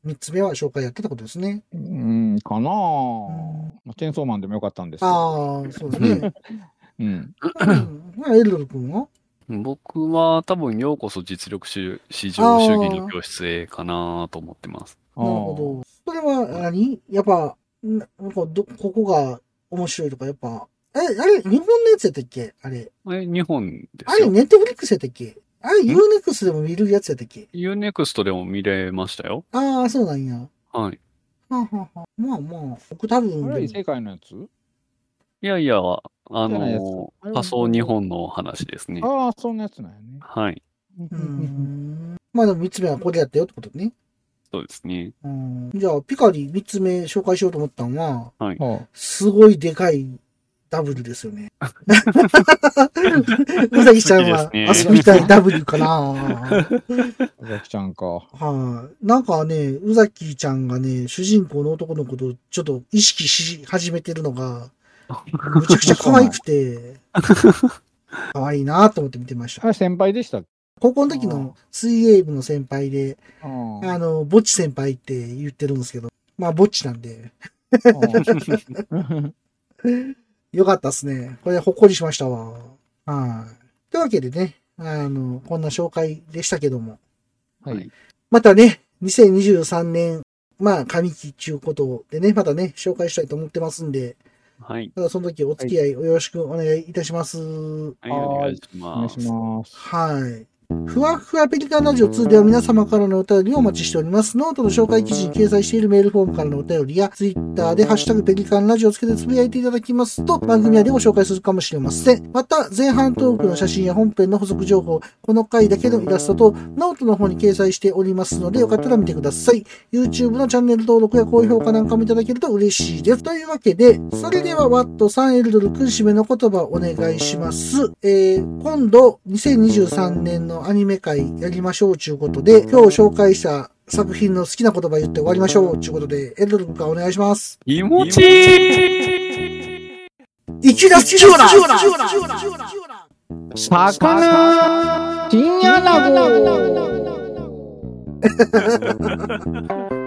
三つ目は紹介やってたことですね。
うん、かなぁ、まあチェーンソーマンでも良かったんですけど。
ああ、そうです
<laughs>
ね。
うん。
まあ、エルドル君は
僕は多分、ようこそ実力主市場主義の教室へかなと思ってます。
なるほど。それは何、やっぱ、んなんかど、ここが面白いとか、やっぱ、え、あれ、日本のやつやったっけあれ。
え、日本で
あ
す
れ、
よ。
ネットフリックスやったっけあれ、ユーネクスでも見るやつやったっけ
UNEXT でも見れましたよ。
ああ、そうなんや。は
はい。
あ、はあはあ、まあまあ、僕多分。
あれ、異世界のやつ
いやいや、あ
じゃないやつ
の、仮想日本の話ですね。
ああ、そんなやつなんやね。
はい。
うん。まあでも三つ目はこれやったよってことね。
そうですね。
うんじゃあ、ピカリ3つ目紹介しようと思ったのは、
はい。
すごいでかいダブルですよね。うさぎちゃんは遊びたいダブルかな。
うざきちゃんか。
はい。なんかね、宇崎ちゃんがね、主人公の男の子とちょっと意識し始めてるのが、むちゃくちゃ可愛くて、可愛いなと思って見てました。
先輩でした
高校の時の水泳部の先輩で、
あ
の、ぼっち先輩って言ってるんですけど、まあ、ぼっちなんで。よかったっすね。これ、ほっこりしましたわ。はい。というわけでね、あの、こんな紹介でしたけども。
はい。
またね、2023年、まあ、上期ちゅうことでね、またね、紹介したいと思ってますんで、
はい。
またその時お付き合いをよろしくお願いいたします。
はい、お願いします。
ます。
はい。ふわふわペリカンラジオ2では皆様からのお便りをお待ちしております。ノートの紹介記事に掲載しているメールフォームからのお便りや、ツイッターでハッシュタグペリカンラジオをつけてつぶやいていただきますと、番組内でご紹介するかもしれません。また、前半トークの写真や本編の補足情報、この回だけのイラストと、ノートの方に掲載しておりますので、よかったら見てください。YouTube のチャンネル登録や高評価なんかもいただけると嬉しいです。というわけで、それではワットさんエルドル君締めの言葉お願いします。えー、今度、2023年のアニメ会やりましょうということで、今日紹介した作品の好きな言葉言って終わりましょうということで、エルドル君からお願いします。
気持ちいい
いきなすきょうだ
魚チンアナゴ